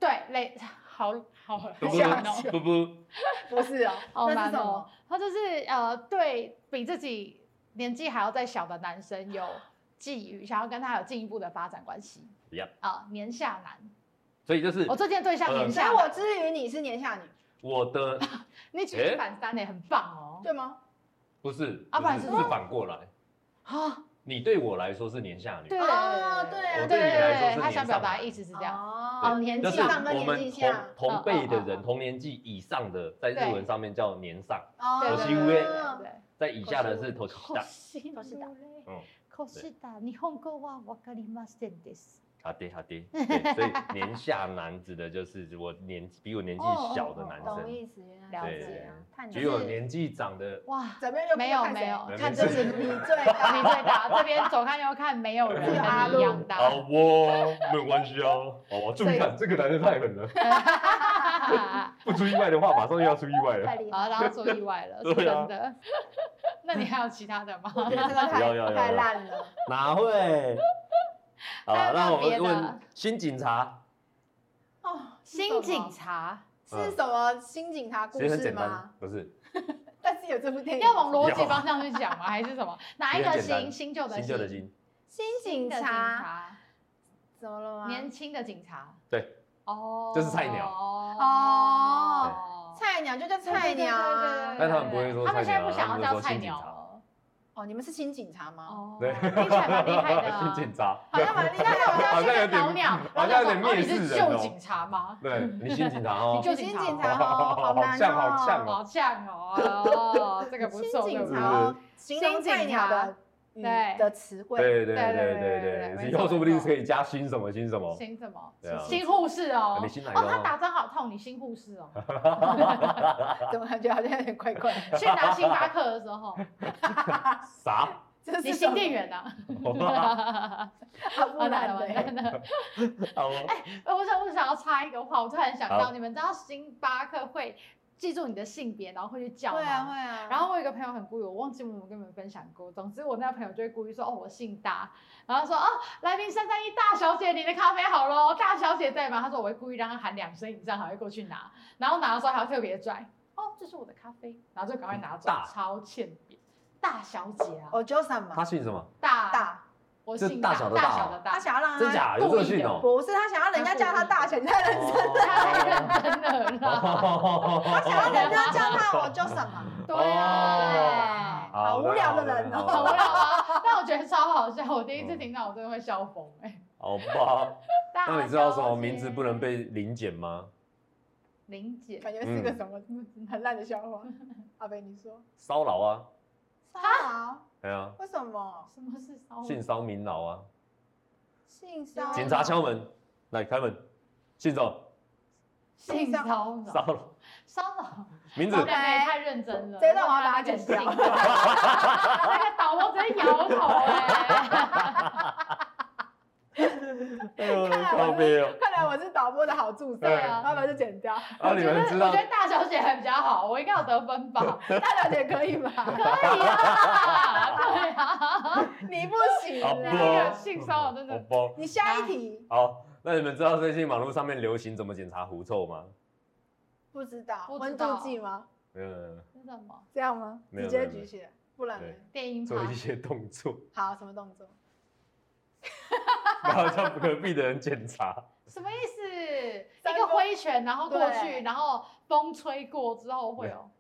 [SPEAKER 4] 对，类好好
[SPEAKER 5] 不
[SPEAKER 4] 好像哦，
[SPEAKER 5] 不不，
[SPEAKER 3] 不是哦，
[SPEAKER 4] 好
[SPEAKER 3] 那
[SPEAKER 4] 难
[SPEAKER 3] 是什
[SPEAKER 4] 哦
[SPEAKER 3] 么？。
[SPEAKER 4] 他就是呃，对比自己年纪还要再小的男生有觊觎，想要跟他有进一步的发展关系。
[SPEAKER 5] Yep
[SPEAKER 4] 啊，年下男，
[SPEAKER 5] 所以就是
[SPEAKER 3] 哦
[SPEAKER 4] 我最近的对象
[SPEAKER 5] 呃
[SPEAKER 4] 年
[SPEAKER 3] 所
[SPEAKER 4] 下
[SPEAKER 3] 以
[SPEAKER 4] 男，
[SPEAKER 3] 我之于你是年下女，
[SPEAKER 5] 我的
[SPEAKER 4] 你举一反三呢，很棒哦。
[SPEAKER 3] 对吗？
[SPEAKER 5] 不 是，
[SPEAKER 4] 啊不然
[SPEAKER 5] 不
[SPEAKER 4] 是
[SPEAKER 5] 是
[SPEAKER 4] 什么
[SPEAKER 3] 哦
[SPEAKER 5] 是反过来，
[SPEAKER 4] 啊，
[SPEAKER 5] 你对我来说是年下女，
[SPEAKER 4] 对
[SPEAKER 3] 哦对啊
[SPEAKER 4] 对
[SPEAKER 5] 我对你来说是
[SPEAKER 4] 对，他
[SPEAKER 5] 年
[SPEAKER 4] 想表
[SPEAKER 5] 上
[SPEAKER 4] 达
[SPEAKER 5] 男
[SPEAKER 4] 意思是这样。
[SPEAKER 3] 哦，年
[SPEAKER 5] 就
[SPEAKER 3] 纪
[SPEAKER 5] 是
[SPEAKER 3] 上跟
[SPEAKER 5] 我
[SPEAKER 3] 年
[SPEAKER 5] 们
[SPEAKER 3] 纪
[SPEAKER 5] 同
[SPEAKER 3] 下，
[SPEAKER 5] 同辈的
[SPEAKER 4] 嗯嗯嗯
[SPEAKER 5] 人，
[SPEAKER 4] 嗯
[SPEAKER 5] 同年纪以上的，在
[SPEAKER 4] 对
[SPEAKER 5] 日文上面叫年上，
[SPEAKER 3] 哦
[SPEAKER 4] 对
[SPEAKER 5] 我
[SPEAKER 4] 对
[SPEAKER 5] 是因
[SPEAKER 4] 对
[SPEAKER 5] 为
[SPEAKER 4] 对对。
[SPEAKER 5] 在以下的是头西
[SPEAKER 4] 可
[SPEAKER 5] 大。
[SPEAKER 4] 惜
[SPEAKER 3] 可惜
[SPEAKER 4] だ
[SPEAKER 3] だ
[SPEAKER 5] 嗯，
[SPEAKER 4] 可惜だ。日本語はわかりませんです。
[SPEAKER 5] 啊爹啊 爹，对，所以年下男指的就是我年比我年纪小的男
[SPEAKER 3] 哦懂
[SPEAKER 5] 生，
[SPEAKER 3] 意思，原
[SPEAKER 4] 了
[SPEAKER 3] 来是
[SPEAKER 4] 解
[SPEAKER 3] 这
[SPEAKER 5] 对
[SPEAKER 3] 样，看，
[SPEAKER 5] 只
[SPEAKER 3] 你
[SPEAKER 5] 有
[SPEAKER 3] 是
[SPEAKER 5] 年纪长的
[SPEAKER 4] 哇，
[SPEAKER 3] 怎么样又
[SPEAKER 4] 没有没有，看这
[SPEAKER 3] 就
[SPEAKER 5] 就是
[SPEAKER 4] 是
[SPEAKER 5] 是
[SPEAKER 3] 你
[SPEAKER 4] 你
[SPEAKER 3] 最
[SPEAKER 4] 你
[SPEAKER 3] 大，
[SPEAKER 4] 最大，这边左看右看没有人跟你一样大。
[SPEAKER 5] 好哦，没有关系哦，好吧，注意看，这个男的太狠了， 不出意外的话，马上就要出意外了
[SPEAKER 3] 太。厉害
[SPEAKER 4] 好，大家做意外了，是
[SPEAKER 5] 对啊
[SPEAKER 4] 真的。 那你还有其他的吗？
[SPEAKER 3] 了，真的
[SPEAKER 5] 要要
[SPEAKER 3] 太
[SPEAKER 5] 要
[SPEAKER 3] 太
[SPEAKER 5] 要
[SPEAKER 3] 烂了。
[SPEAKER 5] 哪会？好
[SPEAKER 4] 还有
[SPEAKER 5] 了，那我
[SPEAKER 4] 没
[SPEAKER 5] 们
[SPEAKER 4] 有别的
[SPEAKER 5] 问新警察，
[SPEAKER 3] 哦，
[SPEAKER 4] 新警察
[SPEAKER 3] 是什么新警察故
[SPEAKER 5] 其实很
[SPEAKER 3] 事
[SPEAKER 5] 简
[SPEAKER 3] 吗
[SPEAKER 5] 单？，不是
[SPEAKER 3] 但是有这部电影
[SPEAKER 4] 要往逻辑方向去讲吗？还是 什么？哪一个
[SPEAKER 5] 其实很简
[SPEAKER 4] 新？
[SPEAKER 5] 单
[SPEAKER 4] 新旧的
[SPEAKER 5] 新旧的新，
[SPEAKER 3] 新
[SPEAKER 4] 新
[SPEAKER 3] 警
[SPEAKER 4] 的警
[SPEAKER 3] 察
[SPEAKER 4] 察，
[SPEAKER 3] 怎么了吗？
[SPEAKER 4] 年轻的警察。
[SPEAKER 5] 对。
[SPEAKER 4] 哦。
[SPEAKER 5] 就是菜鸟
[SPEAKER 4] 哦。
[SPEAKER 3] 菜鸟就叫菜鸟啊！
[SPEAKER 5] 但他们不会说
[SPEAKER 4] 他们
[SPEAKER 5] 菜
[SPEAKER 4] 现
[SPEAKER 5] 鸟
[SPEAKER 4] 在不
[SPEAKER 5] 啊
[SPEAKER 4] 想
[SPEAKER 5] 他
[SPEAKER 4] 要
[SPEAKER 5] 们
[SPEAKER 4] 叫
[SPEAKER 5] 就说
[SPEAKER 4] 菜
[SPEAKER 5] 新警
[SPEAKER 4] 鸟
[SPEAKER 5] 察
[SPEAKER 4] 了。
[SPEAKER 3] 哦，你们是新警察吗？
[SPEAKER 4] 哦，
[SPEAKER 5] 对，
[SPEAKER 4] 听起来蛮厉害的、啊。
[SPEAKER 5] 新警察，
[SPEAKER 3] 好像
[SPEAKER 4] 哎
[SPEAKER 3] 蛮厉害的
[SPEAKER 4] 好
[SPEAKER 5] 好像有
[SPEAKER 4] 像有点
[SPEAKER 5] 点
[SPEAKER 4] 老鸟，
[SPEAKER 5] 好像有点
[SPEAKER 4] 然后就说
[SPEAKER 5] 蔑视
[SPEAKER 4] 哦
[SPEAKER 5] 人
[SPEAKER 4] 你
[SPEAKER 5] 哦
[SPEAKER 4] 是旧警察吗？
[SPEAKER 5] 对你新警察哦
[SPEAKER 4] 你，旧
[SPEAKER 3] 新
[SPEAKER 4] 警
[SPEAKER 3] 警
[SPEAKER 4] 察
[SPEAKER 3] 察哦，好难
[SPEAKER 5] 像好像
[SPEAKER 3] 哦。
[SPEAKER 5] 哦
[SPEAKER 4] 好像哦，哦，这个不
[SPEAKER 3] 新
[SPEAKER 4] 错，对
[SPEAKER 3] 警
[SPEAKER 4] 不对
[SPEAKER 3] 察哦，形容菜鸟的语
[SPEAKER 4] 对
[SPEAKER 3] 的词汇，
[SPEAKER 5] 对对
[SPEAKER 4] 对
[SPEAKER 5] 对
[SPEAKER 4] 对对
[SPEAKER 5] 对
[SPEAKER 4] 对
[SPEAKER 5] 对
[SPEAKER 4] 没
[SPEAKER 5] 对，以
[SPEAKER 4] 错
[SPEAKER 5] 后说不定
[SPEAKER 4] 没错
[SPEAKER 5] 可以加新什么新什么，
[SPEAKER 4] 新什么
[SPEAKER 5] 对啊？
[SPEAKER 4] 新护士哦
[SPEAKER 5] 啊，你新来的
[SPEAKER 4] 哦，
[SPEAKER 5] 哦
[SPEAKER 4] 他打针好痛，你新护士 哦。
[SPEAKER 3] 怎么感觉好像有点怪怪？的？
[SPEAKER 4] 去拿星巴克的时 候，
[SPEAKER 5] 啥？
[SPEAKER 3] 这
[SPEAKER 4] 你
[SPEAKER 3] 是
[SPEAKER 4] 新店员哦呐。
[SPEAKER 3] 啊，不
[SPEAKER 4] 完蛋
[SPEAKER 3] 然
[SPEAKER 4] 了，完
[SPEAKER 3] 的。
[SPEAKER 4] 蛋了。
[SPEAKER 5] 好
[SPEAKER 4] 呃我想，我想要插一个话，我突然想到，
[SPEAKER 5] 好
[SPEAKER 4] 你们知道星巴克会记住你的性别，然后会去叫吗？
[SPEAKER 3] 会啊会啊。
[SPEAKER 4] 然后我有一个朋友很故意，我忘记我们跟你们分享过。总之我那个朋友就会故意说，哦，我姓大，然后说，哦，来宾三三一大小姐，你的咖啡好喽，大小姐在吗？他说我会故意让他喊两声以上，还会过去拿，然后拿的时候还要特别拽，哦，这是我的咖啡，然后就赶快拿走
[SPEAKER 5] 大，
[SPEAKER 4] 超欠扁。大小姐啊，
[SPEAKER 3] 我就什
[SPEAKER 5] 他
[SPEAKER 3] 么
[SPEAKER 5] 姓什么？
[SPEAKER 4] 大，
[SPEAKER 3] 大，
[SPEAKER 4] 我
[SPEAKER 5] 这
[SPEAKER 4] 姓
[SPEAKER 5] 大
[SPEAKER 4] 大，
[SPEAKER 5] 小的
[SPEAKER 4] 大
[SPEAKER 5] 大
[SPEAKER 4] 小
[SPEAKER 5] 哦
[SPEAKER 4] 的大
[SPEAKER 3] 他，想要让
[SPEAKER 5] 真
[SPEAKER 3] 他
[SPEAKER 5] 假有这个姓 哦？
[SPEAKER 3] 不是他想要人家叫他大小姐，他认识
[SPEAKER 4] 太
[SPEAKER 5] 哦
[SPEAKER 4] 认真的啦，
[SPEAKER 5] 哦
[SPEAKER 3] 他想要人家叫他我就什么，
[SPEAKER 4] 对啊。
[SPEAKER 3] 好无聊的人哦
[SPEAKER 5] 好
[SPEAKER 4] 好无
[SPEAKER 5] 的
[SPEAKER 4] 聊啊！但我觉得超好笑，我第一次听到我真的会笑疯哎、
[SPEAKER 5] 好的好吧。
[SPEAKER 4] 大
[SPEAKER 5] 那你知道什么
[SPEAKER 4] 小姐
[SPEAKER 5] 名字不能被临检吗？
[SPEAKER 4] 林姐？
[SPEAKER 3] 感觉
[SPEAKER 5] 嗯
[SPEAKER 3] 是个什么嗯很烂的笑话。阿北，你说
[SPEAKER 5] 骚扰啊，
[SPEAKER 3] 好。
[SPEAKER 5] 对啊，
[SPEAKER 3] 为什么
[SPEAKER 4] 什么是骚扰？
[SPEAKER 5] 性骚民扰啊，
[SPEAKER 3] 性骚扰
[SPEAKER 4] 哦
[SPEAKER 5] 警察敲门，来开门，性骚
[SPEAKER 4] 性骚
[SPEAKER 5] 骚
[SPEAKER 4] 扰？
[SPEAKER 5] 扰，
[SPEAKER 4] 骚扰？
[SPEAKER 5] 名字
[SPEAKER 4] 老板娘也太认真了，
[SPEAKER 3] 这一段我要把它剪掉
[SPEAKER 4] 那 个导播直接摇头哎、
[SPEAKER 5] 哎呦
[SPEAKER 3] 看来我是
[SPEAKER 5] 靠背哦。
[SPEAKER 3] 看来我是导老婆的好助手，
[SPEAKER 5] 对
[SPEAKER 4] 啊
[SPEAKER 3] 然后把它就剪掉。
[SPEAKER 5] 啊，你们知
[SPEAKER 4] 我
[SPEAKER 5] 道
[SPEAKER 4] 觉得大小姐还比较好，我应该有得分吧？
[SPEAKER 5] 啊
[SPEAKER 3] 大小姐可以吗？
[SPEAKER 4] 可以啊， 对啊，
[SPEAKER 3] 你不行
[SPEAKER 5] 好
[SPEAKER 4] 那
[SPEAKER 5] 不？
[SPEAKER 4] 个
[SPEAKER 5] 哦
[SPEAKER 3] 啦，
[SPEAKER 4] 性骚扰真的
[SPEAKER 5] 好不？
[SPEAKER 3] 你下
[SPEAKER 4] 啊
[SPEAKER 3] 一题
[SPEAKER 5] 好，那你们知道最近网络上面流行怎么检查狐臭吗？
[SPEAKER 3] 不知道
[SPEAKER 4] 不知
[SPEAKER 3] 温
[SPEAKER 4] 道
[SPEAKER 3] 度计吗？
[SPEAKER 5] 嗯，
[SPEAKER 4] 是什么？
[SPEAKER 3] 这样吗？
[SPEAKER 5] 没有
[SPEAKER 3] 直接
[SPEAKER 5] 没有
[SPEAKER 3] 举起来，不然呢
[SPEAKER 5] 对
[SPEAKER 4] 电音趴
[SPEAKER 5] 做一些动作，
[SPEAKER 3] 好什么动作？
[SPEAKER 5] 然后叫隔壁的人检查。
[SPEAKER 4] 什么意思？
[SPEAKER 3] 三
[SPEAKER 4] 一个
[SPEAKER 3] 个
[SPEAKER 4] 挥拳，然后过去，
[SPEAKER 3] 对
[SPEAKER 4] 然后风吹过之后会有，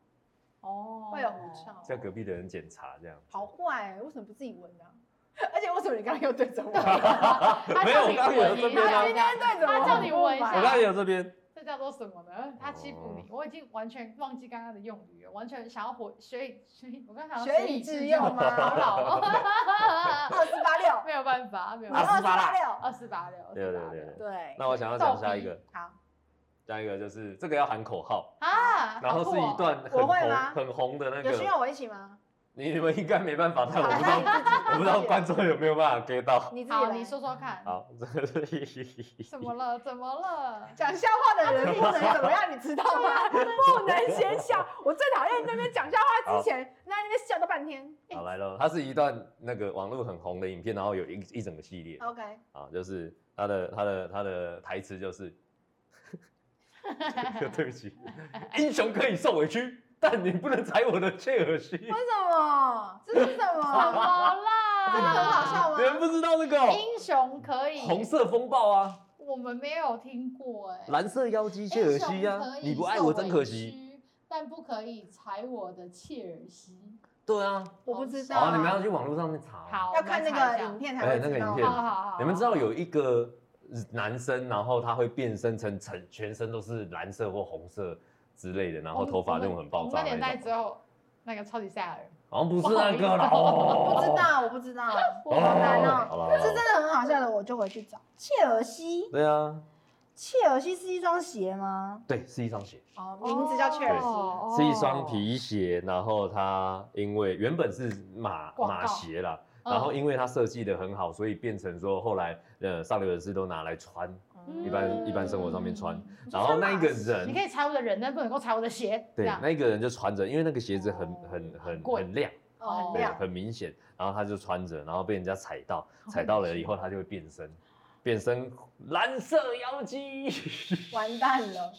[SPEAKER 4] 哦，
[SPEAKER 3] 会有狐臭
[SPEAKER 5] 叫隔壁的人检查这样。
[SPEAKER 3] 好坏欸，为什么不自己闻呢？ 而且为什么你刚刚又对着 我？
[SPEAKER 4] 他
[SPEAKER 5] 没
[SPEAKER 4] 叫
[SPEAKER 5] 有
[SPEAKER 4] 你
[SPEAKER 5] 我刚刚有这边啊他
[SPEAKER 4] 闻一下，
[SPEAKER 3] 今天对着我，
[SPEAKER 4] 他叫你闻一下
[SPEAKER 5] 我刚才有这边，
[SPEAKER 4] 这叫做什么呢？他欺负
[SPEAKER 5] 哦
[SPEAKER 4] 你，我已经完全忘记刚刚的用语了，完全想要回学以学以，我刚想要
[SPEAKER 3] 学以致用吗
[SPEAKER 4] 好老哦，
[SPEAKER 3] 二四八六，
[SPEAKER 4] 没有办法，没有
[SPEAKER 3] 你
[SPEAKER 4] 办
[SPEAKER 3] 二四
[SPEAKER 5] 28
[SPEAKER 4] 法，
[SPEAKER 3] 八六，
[SPEAKER 4] 二四八六，
[SPEAKER 5] 对对对
[SPEAKER 4] 28六
[SPEAKER 5] 对。
[SPEAKER 3] 对，
[SPEAKER 5] 那我想要讲下一个，
[SPEAKER 3] 好，
[SPEAKER 5] 下一个就是这个要喊口号，
[SPEAKER 4] 啊，
[SPEAKER 5] 然后是一段很
[SPEAKER 3] 我会
[SPEAKER 5] 红
[SPEAKER 3] 吗
[SPEAKER 5] 很红的那
[SPEAKER 3] 有需要
[SPEAKER 5] 个，
[SPEAKER 3] 我一起吗？
[SPEAKER 5] 你们应该没办法，但 我
[SPEAKER 3] 好
[SPEAKER 5] 不知
[SPEAKER 3] 那
[SPEAKER 5] 道，
[SPEAKER 3] 你自己
[SPEAKER 5] 我不知道观众有没有办法 get 到。
[SPEAKER 3] 你自己
[SPEAKER 4] 好，
[SPEAKER 3] 来
[SPEAKER 4] 你说说看，
[SPEAKER 5] 好，这个是
[SPEAKER 4] 怎么了？怎么了？
[SPEAKER 3] 讲笑话的 人不能怎么样，你知道吗？ 不能先笑，我最讨厌那边讲笑 话之前，那那边笑到半天。
[SPEAKER 5] 好来了，它是一段那个网络很红的影片，然后有一一整个系列
[SPEAKER 3] OK，
[SPEAKER 5] 啊，就是它的它的它的台 词就是，对不起，英雄可以受委屈，但你不能踩我的切尔西。
[SPEAKER 3] 为什么？这是什
[SPEAKER 4] 怎
[SPEAKER 3] 么？
[SPEAKER 4] 么啦？
[SPEAKER 3] 真的很好笑吗
[SPEAKER 5] 你们不知道这个哦、
[SPEAKER 4] 英雄可以，
[SPEAKER 5] 红色风暴啊，
[SPEAKER 4] 我们没有听过哎、
[SPEAKER 5] 蓝色妖姬切尔西啊，你不爱我真可惜。，
[SPEAKER 4] 但不可以踩我的切尔西。
[SPEAKER 5] 对啊，
[SPEAKER 3] 我不知道
[SPEAKER 5] 好，
[SPEAKER 3] 啊。
[SPEAKER 5] 你们要去网络上面查。
[SPEAKER 4] 好，
[SPEAKER 3] 要看那个影片才
[SPEAKER 5] 哎
[SPEAKER 3] 会
[SPEAKER 5] 那个
[SPEAKER 3] 知道
[SPEAKER 5] 影
[SPEAKER 4] 片，
[SPEAKER 5] 片
[SPEAKER 4] 好好好，
[SPEAKER 5] 你们知道有一个男生，然后他会变身成成全身都是蓝色或红色之类的，然后头发那种很爆
[SPEAKER 4] 哦我们
[SPEAKER 5] 炸
[SPEAKER 4] 年代
[SPEAKER 5] 那
[SPEAKER 4] 只
[SPEAKER 5] 种。
[SPEAKER 4] 有那个超级赛亚人，
[SPEAKER 5] 好像不是那个啦，
[SPEAKER 3] 我
[SPEAKER 5] 哦
[SPEAKER 3] 不知。道，我不知道，
[SPEAKER 5] 哦，
[SPEAKER 3] 好难
[SPEAKER 5] 好
[SPEAKER 3] 哦。
[SPEAKER 5] 了，好
[SPEAKER 3] 是真
[SPEAKER 5] 了
[SPEAKER 3] 的很好笑的，我就回去找。切尔西，
[SPEAKER 5] 对啊，
[SPEAKER 3] 切尔西是一双鞋吗？
[SPEAKER 5] 对，是一双鞋，
[SPEAKER 3] 哦，名字叫切尔西。
[SPEAKER 4] 哦
[SPEAKER 5] 是一双，皮鞋，然后它因为原本是马
[SPEAKER 4] 广告
[SPEAKER 5] 马鞋啦，
[SPEAKER 4] 嗯
[SPEAKER 5] 然后因为它设计的很好，所以变成说后来呃上流人士都拿来穿，一般一般生活上面穿。
[SPEAKER 4] 嗯
[SPEAKER 5] 然后那一个
[SPEAKER 4] 你
[SPEAKER 5] 人
[SPEAKER 4] 可以踩我的人，但不能够踩我的鞋。
[SPEAKER 5] 对
[SPEAKER 4] 这样
[SPEAKER 5] 那一个人就穿着，因为那个鞋子很
[SPEAKER 4] 哦
[SPEAKER 5] 很
[SPEAKER 4] 很
[SPEAKER 5] 很
[SPEAKER 4] 贵
[SPEAKER 5] 很亮，
[SPEAKER 3] 哦，很
[SPEAKER 5] 对，
[SPEAKER 3] 亮。
[SPEAKER 5] 很明显，然后他就穿着，然后被人家踩到，踩到了以
[SPEAKER 4] 哦
[SPEAKER 5] 后他就会变身，变身蓝色妖 姬。
[SPEAKER 3] 完蛋了！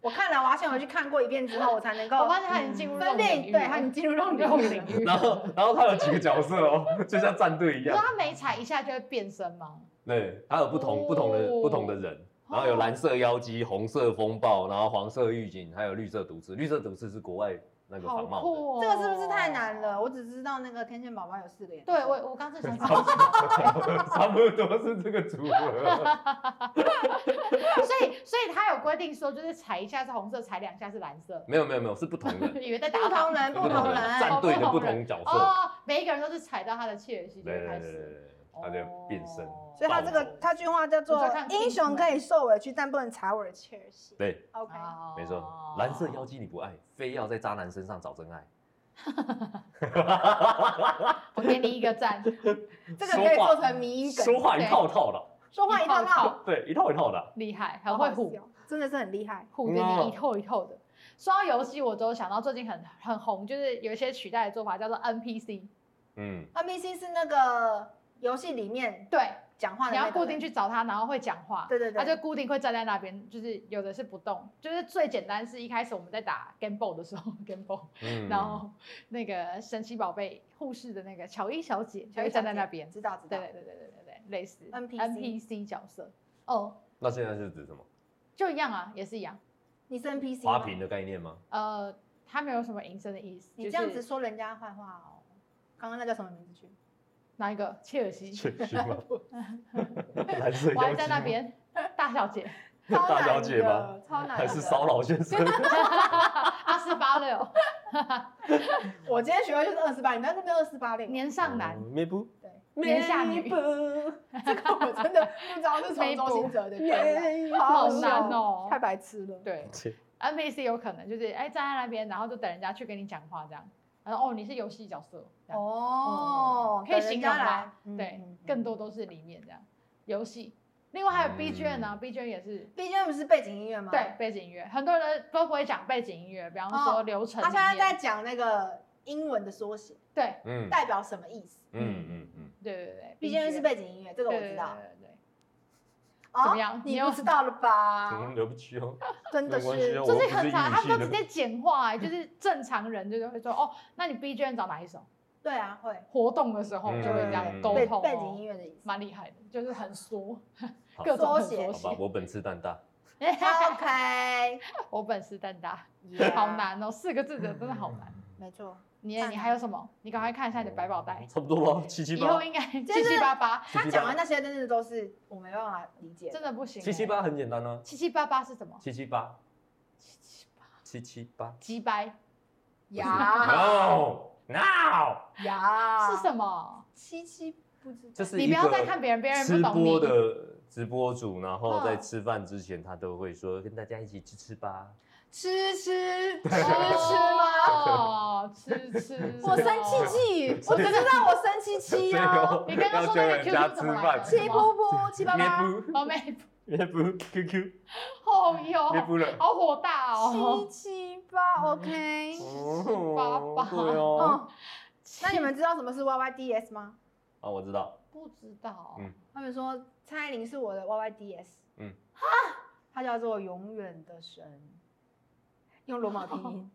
[SPEAKER 3] 我看了，我要先回去看过一遍之后，我才能够嗯
[SPEAKER 4] 我发现他已经进入
[SPEAKER 3] 哦分
[SPEAKER 4] 领域
[SPEAKER 3] 辨，
[SPEAKER 4] 了，
[SPEAKER 3] 对，他已经进入那种
[SPEAKER 4] 肉
[SPEAKER 3] 领域
[SPEAKER 4] 领
[SPEAKER 3] 了。
[SPEAKER 4] 域。
[SPEAKER 5] 然后，然后他有几个角色哦，就像战队一
[SPEAKER 4] 你说
[SPEAKER 5] 样。
[SPEAKER 4] 他每踩一下就会变身吗？
[SPEAKER 5] 对，他有不同、不同的不同的人，
[SPEAKER 4] 哦
[SPEAKER 5] 然后有蓝色妖姬、红色风暴，然后黄色预警，还有绿色毒刺。绿色毒刺是国外那个
[SPEAKER 4] 好
[SPEAKER 5] 仿冒的。
[SPEAKER 4] 酷哦！哦
[SPEAKER 3] 这个是不是太难了？？我只知道那个天线宝宝有四个眼睛。
[SPEAKER 4] 对我，我刚正想
[SPEAKER 5] 差
[SPEAKER 4] 讲
[SPEAKER 5] 不。多 差不多是这个组合，
[SPEAKER 4] 所以，所以他有规定说，就是踩一下是红色，踩两下是蓝色。
[SPEAKER 5] 没有没有没有，是不同的，
[SPEAKER 4] 以为在打
[SPEAKER 3] 不同
[SPEAKER 4] 卡
[SPEAKER 3] 人，不同人。
[SPEAKER 5] 战队的不同角色。
[SPEAKER 4] 哦，每一个人都是踩到他的切尔西就
[SPEAKER 5] 对
[SPEAKER 4] 会
[SPEAKER 5] 对
[SPEAKER 4] 开
[SPEAKER 5] 对对
[SPEAKER 4] 始。
[SPEAKER 5] 对，他就变身。
[SPEAKER 4] 哦
[SPEAKER 3] 所以他这个
[SPEAKER 5] 爆头
[SPEAKER 3] 他句话叫做
[SPEAKER 4] 我在看
[SPEAKER 3] “英雄可以受委屈，但不能踩我的切尔西
[SPEAKER 5] 对，”。
[SPEAKER 3] OK，
[SPEAKER 4] 哦
[SPEAKER 5] 没错，蓝色妖姬你不爱，非要在渣男身上找真爱。
[SPEAKER 4] 我给你一 个赞。
[SPEAKER 3] 这个可以做成迷因梗，
[SPEAKER 5] 说话一套套的，
[SPEAKER 3] 说话一套套，
[SPEAKER 5] 对，一套一套的。
[SPEAKER 4] 厉害，很会
[SPEAKER 3] 好
[SPEAKER 4] 唬
[SPEAKER 3] 好笑，真的是很厉害。
[SPEAKER 4] 唬
[SPEAKER 5] 嗯
[SPEAKER 4] 的
[SPEAKER 5] 哦
[SPEAKER 4] 你一透一透的。说到游戏，我都想到最近很很红，就是有一些取代的做法叫做 NPC。
[SPEAKER 5] 嗯，
[SPEAKER 3] NPC 啊是那个游戏里面
[SPEAKER 4] 对，
[SPEAKER 3] 讲话的，
[SPEAKER 4] 你要固定。去找他，然后会讲话。
[SPEAKER 3] 对对对，
[SPEAKER 4] 他就固定会站在那边，就是有的是不动，就是最简单是一开始我们在打 Game Boy 的时候，Game Boy，
[SPEAKER 5] 嗯
[SPEAKER 4] 然后那个神奇宝贝护士的那个乔伊小姐，就会站在那边，
[SPEAKER 3] 知道知
[SPEAKER 4] 对
[SPEAKER 3] 道。
[SPEAKER 4] 对对对对对对，类似
[SPEAKER 3] NPC
[SPEAKER 4] NPC 角色，哦，
[SPEAKER 5] 那现在是指什么？
[SPEAKER 4] 就一样啊，也是一样，
[SPEAKER 3] 你是 NPC
[SPEAKER 5] 花
[SPEAKER 3] 吗？
[SPEAKER 5] 瓶的概念吗？
[SPEAKER 4] 呃，它没有什么隐身的意思，
[SPEAKER 3] 你
[SPEAKER 4] 就
[SPEAKER 3] 这样子
[SPEAKER 4] 是
[SPEAKER 3] 说人家坏话哦。刚刚那叫什么名字去？
[SPEAKER 4] 哪一个切尔西，
[SPEAKER 5] 确实吗？蓝色
[SPEAKER 4] 我还
[SPEAKER 5] 妖姬
[SPEAKER 4] 在那边，大小 姐，
[SPEAKER 3] 超
[SPEAKER 5] 大
[SPEAKER 3] 难
[SPEAKER 5] 小姐吗
[SPEAKER 3] 的，超难的。
[SPEAKER 5] 还是骚扰先生？
[SPEAKER 4] 阿四八六，
[SPEAKER 3] 我今天学会就是二十八，你那个没有二十八零。
[SPEAKER 4] 年上男，
[SPEAKER 5] 没不
[SPEAKER 3] 对，
[SPEAKER 4] 年下女
[SPEAKER 3] 不， 这个我真的不知道是从周星哲的歌来，
[SPEAKER 4] 好
[SPEAKER 3] 笑
[SPEAKER 4] 难，哦，
[SPEAKER 3] 太白痴了。
[SPEAKER 4] 对。NPC 有可能就是哎站在那边，然后就等人家去跟你讲话这样。然后哦，你是游戏角色，这样
[SPEAKER 3] 哦
[SPEAKER 4] 可以形容
[SPEAKER 3] 等
[SPEAKER 4] 吧
[SPEAKER 3] 人家来
[SPEAKER 4] 对，更多都是里面这样游戏。另外还有 B 卷呢、b 卷也是
[SPEAKER 3] BGM 是背景音乐吗？
[SPEAKER 4] 对，背景音乐，很多人都不会讲背景音乐，比方说
[SPEAKER 3] 哦
[SPEAKER 4] 流程里
[SPEAKER 3] 他
[SPEAKER 4] 面、
[SPEAKER 3] 现在在讲那个英文的缩写，
[SPEAKER 4] 对
[SPEAKER 5] 嗯
[SPEAKER 3] 代表什么意思
[SPEAKER 5] 嗯嗯嗯，
[SPEAKER 4] 对对对
[SPEAKER 3] ？BGM 是
[SPEAKER 4] 背
[SPEAKER 3] 背景音乐，这个
[SPEAKER 4] 对
[SPEAKER 3] 我
[SPEAKER 4] 对对
[SPEAKER 3] 知道。
[SPEAKER 4] 对对
[SPEAKER 3] 哦
[SPEAKER 4] 对怎么样你
[SPEAKER 3] 你
[SPEAKER 4] 有
[SPEAKER 3] 不知道了吧
[SPEAKER 5] 嗯，？对不起哦，
[SPEAKER 3] 真的
[SPEAKER 5] 没关系
[SPEAKER 3] 是
[SPEAKER 5] 啊我
[SPEAKER 4] 就是
[SPEAKER 5] 不是
[SPEAKER 4] 很
[SPEAKER 5] 英
[SPEAKER 4] 常，
[SPEAKER 5] 语
[SPEAKER 4] 他
[SPEAKER 5] 系
[SPEAKER 4] 们都
[SPEAKER 5] 的
[SPEAKER 4] 直接简化、欸，就是正常人就是会说哦，那你 B 卷找哪一首？
[SPEAKER 3] 对啊，会
[SPEAKER 4] 活动的时候就会这样
[SPEAKER 5] 嗯
[SPEAKER 4] 沟
[SPEAKER 3] 背
[SPEAKER 4] 通、
[SPEAKER 3] 背景音
[SPEAKER 4] 哦，
[SPEAKER 3] 乐的意思。
[SPEAKER 4] 蛮厉害的，就是很缩
[SPEAKER 5] 好，
[SPEAKER 4] 各种很缩
[SPEAKER 5] 好吧，
[SPEAKER 4] 写。
[SPEAKER 5] 我本事蛋大，
[SPEAKER 3] OK，
[SPEAKER 4] 我本事蛋大，
[SPEAKER 3] Yeah 嗯
[SPEAKER 4] 好难哦，四个字的真的好难。
[SPEAKER 3] 没错。
[SPEAKER 4] 你
[SPEAKER 3] 太
[SPEAKER 4] 你
[SPEAKER 3] 难
[SPEAKER 4] 还有什么？你赶快看一下你的百宝袋，
[SPEAKER 5] 差不多吧，七七
[SPEAKER 4] 以
[SPEAKER 5] 八
[SPEAKER 4] 后，应该
[SPEAKER 3] 就是
[SPEAKER 4] 七七八八，
[SPEAKER 3] 他讲的那些真的都是我没办法理解的
[SPEAKER 4] 真。的不行欸。
[SPEAKER 5] 七七八很简单啊，
[SPEAKER 4] 七七八八是什么？
[SPEAKER 5] 七七八，七七八，
[SPEAKER 4] 鸡掰
[SPEAKER 3] 呀
[SPEAKER 4] 啊
[SPEAKER 5] ，no no，
[SPEAKER 3] 呀，
[SPEAKER 4] 是什么？
[SPEAKER 3] 七七不知道。
[SPEAKER 5] 这是
[SPEAKER 4] 你
[SPEAKER 5] 一
[SPEAKER 4] 不要
[SPEAKER 5] 个
[SPEAKER 4] 再看别人，别人
[SPEAKER 5] 吃
[SPEAKER 4] 不懂
[SPEAKER 5] 播
[SPEAKER 4] 你。
[SPEAKER 5] 的直播主，然后在
[SPEAKER 4] 嗯
[SPEAKER 5] 吃饭之前，他都会说跟大家一起吃吃吧，
[SPEAKER 3] 吃吃吃吃 吗？
[SPEAKER 4] 哦，吃吃，
[SPEAKER 3] 我生气气，我只知道我生气 气哦。
[SPEAKER 4] 哎你刚刚说那个 QQ 怎么来的？
[SPEAKER 5] 对
[SPEAKER 3] 气噗 噗，气爸爸，
[SPEAKER 4] 哦，妹，
[SPEAKER 5] 也不 QQ
[SPEAKER 4] 哦哟，
[SPEAKER 5] 也不了，
[SPEAKER 4] 好火大
[SPEAKER 3] 七
[SPEAKER 4] 哦！
[SPEAKER 3] 七八，OK。
[SPEAKER 5] 哦
[SPEAKER 4] 爸爸
[SPEAKER 5] 对哦，
[SPEAKER 3] 哦，那你们知道什么是 YYDS 吗？
[SPEAKER 5] 啊，我知道，
[SPEAKER 4] 不知道，
[SPEAKER 5] 嗯
[SPEAKER 3] 他们说蔡依林是我的 YYDS。
[SPEAKER 5] 嗯
[SPEAKER 3] 嗯，它叫做永远的神，用罗马拼音，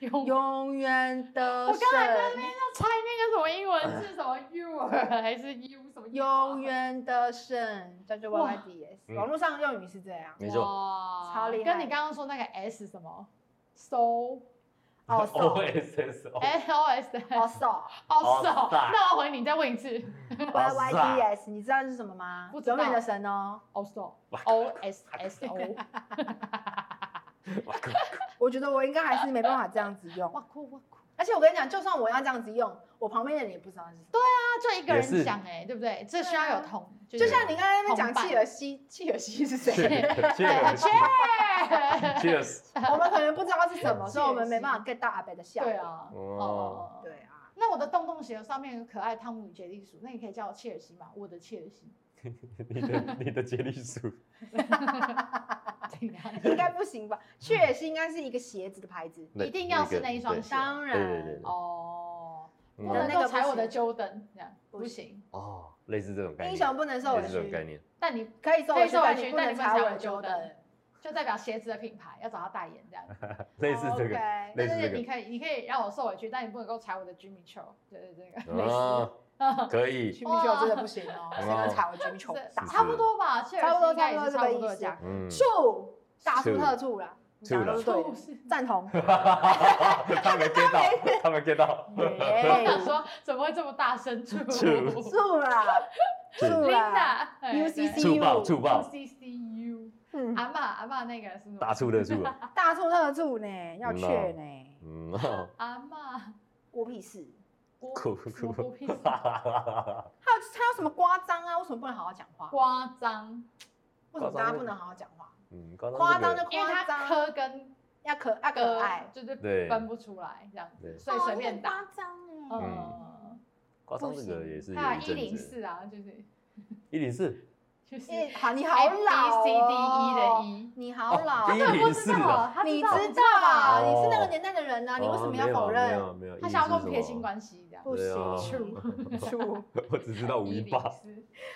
[SPEAKER 4] 有
[SPEAKER 3] 永远的
[SPEAKER 4] 我刚才在那
[SPEAKER 3] 神
[SPEAKER 4] 边。要猜那个什么英文字，什么 u 啊还是 u 啊什么？
[SPEAKER 3] 永远的神叫做
[SPEAKER 4] 哇
[SPEAKER 3] YYDS，
[SPEAKER 5] 嗯
[SPEAKER 3] 网络上用语是这样。
[SPEAKER 5] 没错
[SPEAKER 4] 哇
[SPEAKER 3] 超厉害
[SPEAKER 4] 跟你刚刚说那个 s 什么 so
[SPEAKER 3] 哦
[SPEAKER 5] O
[SPEAKER 3] ，so，
[SPEAKER 5] S S O，
[SPEAKER 4] s o s 的
[SPEAKER 3] 哦啊
[SPEAKER 4] 哦
[SPEAKER 3] so，
[SPEAKER 4] so，那我回你再问一次
[SPEAKER 3] YYDS，你知道是什么吗？
[SPEAKER 4] 不知道
[SPEAKER 3] 永远的神哦，
[SPEAKER 4] 哦 so o s s o，
[SPEAKER 5] 哇靠
[SPEAKER 3] 我觉得我应该还是没办法这样子
[SPEAKER 4] 哇
[SPEAKER 3] 用。
[SPEAKER 4] 酷哇酷，
[SPEAKER 3] 而且我跟你讲，就算我要这样子用，我旁边的人也不知道是什么。
[SPEAKER 4] 那就一个
[SPEAKER 5] 也是
[SPEAKER 4] 人讲哎，对不对？这需要有同，
[SPEAKER 3] 就 像你刚才在那边讲
[SPEAKER 4] 同伴
[SPEAKER 3] 契尔西，契尔西是谁？
[SPEAKER 4] 哎
[SPEAKER 5] ，Cheers，Cheers，Cheers，
[SPEAKER 3] 我们可能不知道是什么，所以我们没办法 get 到阿北的笑
[SPEAKER 4] 对
[SPEAKER 3] 点。
[SPEAKER 4] 啊，
[SPEAKER 5] 哦，
[SPEAKER 4] 哦，
[SPEAKER 3] 对啊，
[SPEAKER 4] 那我的洞洞鞋上面有可爱汤姆与杰利鼠，那你可以叫我切尔西吗？我的切尔西，
[SPEAKER 5] 你的你的接力数，
[SPEAKER 4] 怎样？
[SPEAKER 3] 应该不行吧？雀也是应该是一个鞋子的牌子，
[SPEAKER 4] 一定要是那一双
[SPEAKER 5] 嗯对
[SPEAKER 4] 鞋
[SPEAKER 3] 当
[SPEAKER 5] 对对对
[SPEAKER 3] 然
[SPEAKER 5] 对
[SPEAKER 4] 哦，
[SPEAKER 5] 嗯
[SPEAKER 4] 不
[SPEAKER 3] 的
[SPEAKER 4] 能
[SPEAKER 3] 那个
[SPEAKER 4] 够
[SPEAKER 3] 不
[SPEAKER 4] 踩我的
[SPEAKER 3] 行
[SPEAKER 4] Jordan，这样
[SPEAKER 3] 不
[SPEAKER 4] 不行。
[SPEAKER 5] 哦，类似这种概念，
[SPEAKER 3] 英雄不能受委
[SPEAKER 5] 类似这种概
[SPEAKER 3] 屈，
[SPEAKER 5] 念，
[SPEAKER 4] 但你
[SPEAKER 3] 可以受
[SPEAKER 4] 可
[SPEAKER 3] 委
[SPEAKER 4] 以
[SPEAKER 3] 屈，
[SPEAKER 4] 受委
[SPEAKER 3] 但
[SPEAKER 4] 屈
[SPEAKER 3] 你不
[SPEAKER 4] 但
[SPEAKER 3] 能
[SPEAKER 4] 你不
[SPEAKER 3] 踩
[SPEAKER 4] 能踩
[SPEAKER 3] 我
[SPEAKER 4] 我
[SPEAKER 3] 的
[SPEAKER 4] 的
[SPEAKER 3] Jordan。
[SPEAKER 4] 就代表鞋子的品牌要找他代言 这样，
[SPEAKER 5] 类似这个，
[SPEAKER 3] OK，
[SPEAKER 5] 类
[SPEAKER 4] 但
[SPEAKER 5] 似这
[SPEAKER 4] 是你
[SPEAKER 5] 个，
[SPEAKER 4] 可以，你可以让我受委屈，但你不能够踩我的 Jimmy Choo，对对对，这个类似
[SPEAKER 5] 啊，可以，
[SPEAKER 3] Jimmy Choo 真的不行 哦，谁能踩我 Jimmy
[SPEAKER 4] 这
[SPEAKER 3] Choo？
[SPEAKER 5] 是
[SPEAKER 4] 差不多吧，切尔
[SPEAKER 3] 差不多
[SPEAKER 4] 西应该也是
[SPEAKER 3] 差
[SPEAKER 4] 差
[SPEAKER 3] 不多这个
[SPEAKER 4] 不多
[SPEAKER 3] 意
[SPEAKER 4] 的
[SPEAKER 3] 思
[SPEAKER 4] 价格，
[SPEAKER 5] 嗯，
[SPEAKER 3] 醋，大醋特醋啦，你
[SPEAKER 5] 醋
[SPEAKER 3] 讲的都是对
[SPEAKER 4] 醋
[SPEAKER 3] 的，
[SPEAKER 4] 是
[SPEAKER 3] 赞 同。
[SPEAKER 5] 他没 get 到，他没 get 到，
[SPEAKER 4] 我想
[SPEAKER 3] 耶，
[SPEAKER 4] 说怎么会这么大 声？醋
[SPEAKER 5] 醋
[SPEAKER 3] 醋啦，
[SPEAKER 5] 是
[SPEAKER 3] 醋啦
[SPEAKER 4] Linda 哎
[SPEAKER 3] UCC
[SPEAKER 5] 醋爆醋爆，
[SPEAKER 4] UCCU，
[SPEAKER 3] 嗯
[SPEAKER 4] 阿嬷阿嬷那个是吗？
[SPEAKER 5] 大醋的醋，
[SPEAKER 3] 大醋特醋呢，要确呢，
[SPEAKER 5] 啊嗯， 哦
[SPEAKER 4] 阿嬷
[SPEAKER 3] 郭屁事。
[SPEAKER 4] 郭
[SPEAKER 5] 酷
[SPEAKER 4] 什么郭
[SPEAKER 5] 酷
[SPEAKER 4] 屁事，
[SPEAKER 3] 还有还有什么夸张啊？为什么不能好好讲话？
[SPEAKER 4] 夸张，
[SPEAKER 3] 为什么大家不能好好讲话？
[SPEAKER 5] 嗯，刚刚
[SPEAKER 3] 夸张
[SPEAKER 5] 这
[SPEAKER 3] 就
[SPEAKER 5] 个
[SPEAKER 4] 因为
[SPEAKER 3] 夸
[SPEAKER 4] 他呃
[SPEAKER 3] 张，
[SPEAKER 4] 科跟
[SPEAKER 3] 要可要可爱
[SPEAKER 4] 歌，就是
[SPEAKER 5] 对
[SPEAKER 4] 分不出来这样
[SPEAKER 5] 对哦
[SPEAKER 4] 子，所以随便打。
[SPEAKER 2] 夸张哎，
[SPEAKER 4] 嗯，
[SPEAKER 5] 夸张这个也是有
[SPEAKER 4] 还
[SPEAKER 5] 一
[SPEAKER 4] 有一零
[SPEAKER 5] 阵子，
[SPEAKER 4] 四啊，就是
[SPEAKER 5] 一零四，
[SPEAKER 4] 就是
[SPEAKER 3] 因为哎好，你
[SPEAKER 4] A
[SPEAKER 3] 好
[SPEAKER 4] B
[SPEAKER 3] 老
[SPEAKER 4] C D E 的
[SPEAKER 3] 哦，
[SPEAKER 4] E，
[SPEAKER 3] 你好老，
[SPEAKER 5] 哦
[SPEAKER 3] 你
[SPEAKER 5] 一零四啊，
[SPEAKER 4] 他
[SPEAKER 3] 知
[SPEAKER 4] 道
[SPEAKER 3] 道，
[SPEAKER 4] 我
[SPEAKER 3] 你
[SPEAKER 4] 知道啊
[SPEAKER 5] 哦
[SPEAKER 3] 是那个年代的人啊呐，你为什么要否
[SPEAKER 5] 没
[SPEAKER 3] 认？
[SPEAKER 5] 有没有，
[SPEAKER 4] 他想要跟
[SPEAKER 5] 104
[SPEAKER 4] 我们撇清关系这样。
[SPEAKER 3] 不
[SPEAKER 5] 对啊
[SPEAKER 3] 行，醋
[SPEAKER 5] 我只 知道五一
[SPEAKER 4] 104
[SPEAKER 5] 八，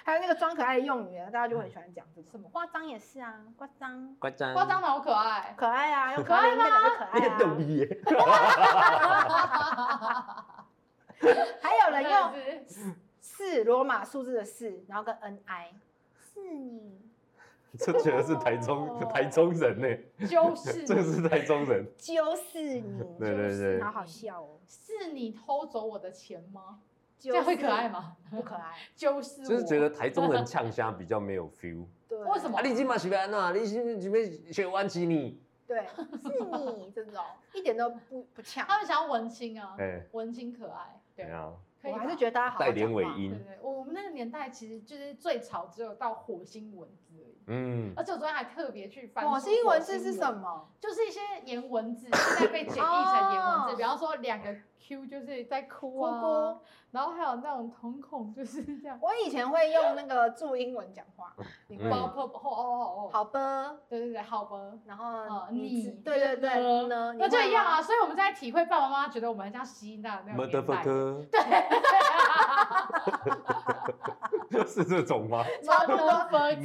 [SPEAKER 3] 还有那个装可爱的用语，啊大家就很喜欢讲这
[SPEAKER 4] 什
[SPEAKER 3] 种。
[SPEAKER 4] 么
[SPEAKER 3] 夸张也是啊，夸张，
[SPEAKER 5] 夸张
[SPEAKER 4] 夸张的好可 爱，
[SPEAKER 3] 可爱啊，用可爱那两个可爱
[SPEAKER 5] 练动
[SPEAKER 3] 啊。
[SPEAKER 5] 力耶，
[SPEAKER 3] 还有人
[SPEAKER 4] 真
[SPEAKER 3] 用
[SPEAKER 4] 的是
[SPEAKER 3] 四罗马数字的四，然后跟 N I，是你
[SPEAKER 5] 这觉得是台中台中人呢，
[SPEAKER 4] 就是
[SPEAKER 5] 这个是台中人，
[SPEAKER 3] 就是你，
[SPEAKER 5] 对对对
[SPEAKER 3] 好好笑哦，
[SPEAKER 4] 是你偷走我的钱吗？
[SPEAKER 3] 这
[SPEAKER 4] 这样会可爱？吗？
[SPEAKER 3] 不可爱，
[SPEAKER 4] 就是
[SPEAKER 5] 就是
[SPEAKER 4] 我
[SPEAKER 5] 觉得台中人呛虾比较没有 feel。
[SPEAKER 3] 对，
[SPEAKER 4] 为什么
[SPEAKER 5] 啊，你今嘛是要安怎？你是准备学弯起你？
[SPEAKER 3] 对，是你 这种一点都不不呛。
[SPEAKER 4] 他们想要文青啊，
[SPEAKER 5] 哎，
[SPEAKER 4] 文青可爱，
[SPEAKER 5] 怎
[SPEAKER 4] 对，
[SPEAKER 5] 样？
[SPEAKER 4] 可以
[SPEAKER 3] 我
[SPEAKER 4] 吧
[SPEAKER 3] 还是觉得大家好好
[SPEAKER 5] 带点
[SPEAKER 3] 讲
[SPEAKER 5] 尾
[SPEAKER 3] 话
[SPEAKER 4] 对
[SPEAKER 5] 音，
[SPEAKER 4] 对，我们那个年代其实就是最潮只有到火星文字而已，
[SPEAKER 5] 嗯，
[SPEAKER 4] 而且我昨天还特别去翻。
[SPEAKER 3] 哦我是英文字是什？么？
[SPEAKER 4] 就是一些颜文字，现在被简易成颜文字，
[SPEAKER 3] 哦
[SPEAKER 4] 比方说两个 Q 就是在哭啊，
[SPEAKER 3] 哭哭
[SPEAKER 4] 然后还有那种瞳孔就是这样，
[SPEAKER 3] 我以前会用那个注英文讲 话，你会
[SPEAKER 5] 嗯
[SPEAKER 4] 包括哦哦哦，，
[SPEAKER 3] 好吧，
[SPEAKER 4] 对对对，好吧。
[SPEAKER 3] 然后
[SPEAKER 4] 哦
[SPEAKER 3] 你
[SPEAKER 4] 你
[SPEAKER 3] 自对对对呢，
[SPEAKER 4] 那就一样啊，
[SPEAKER 3] 啊。
[SPEAKER 4] 所以我们在体会爸爸妈妈觉得我们很像吸纳那种年代。
[SPEAKER 5] ，motherfucker，是这种吗？
[SPEAKER 3] 差不多
[SPEAKER 4] Motherfucker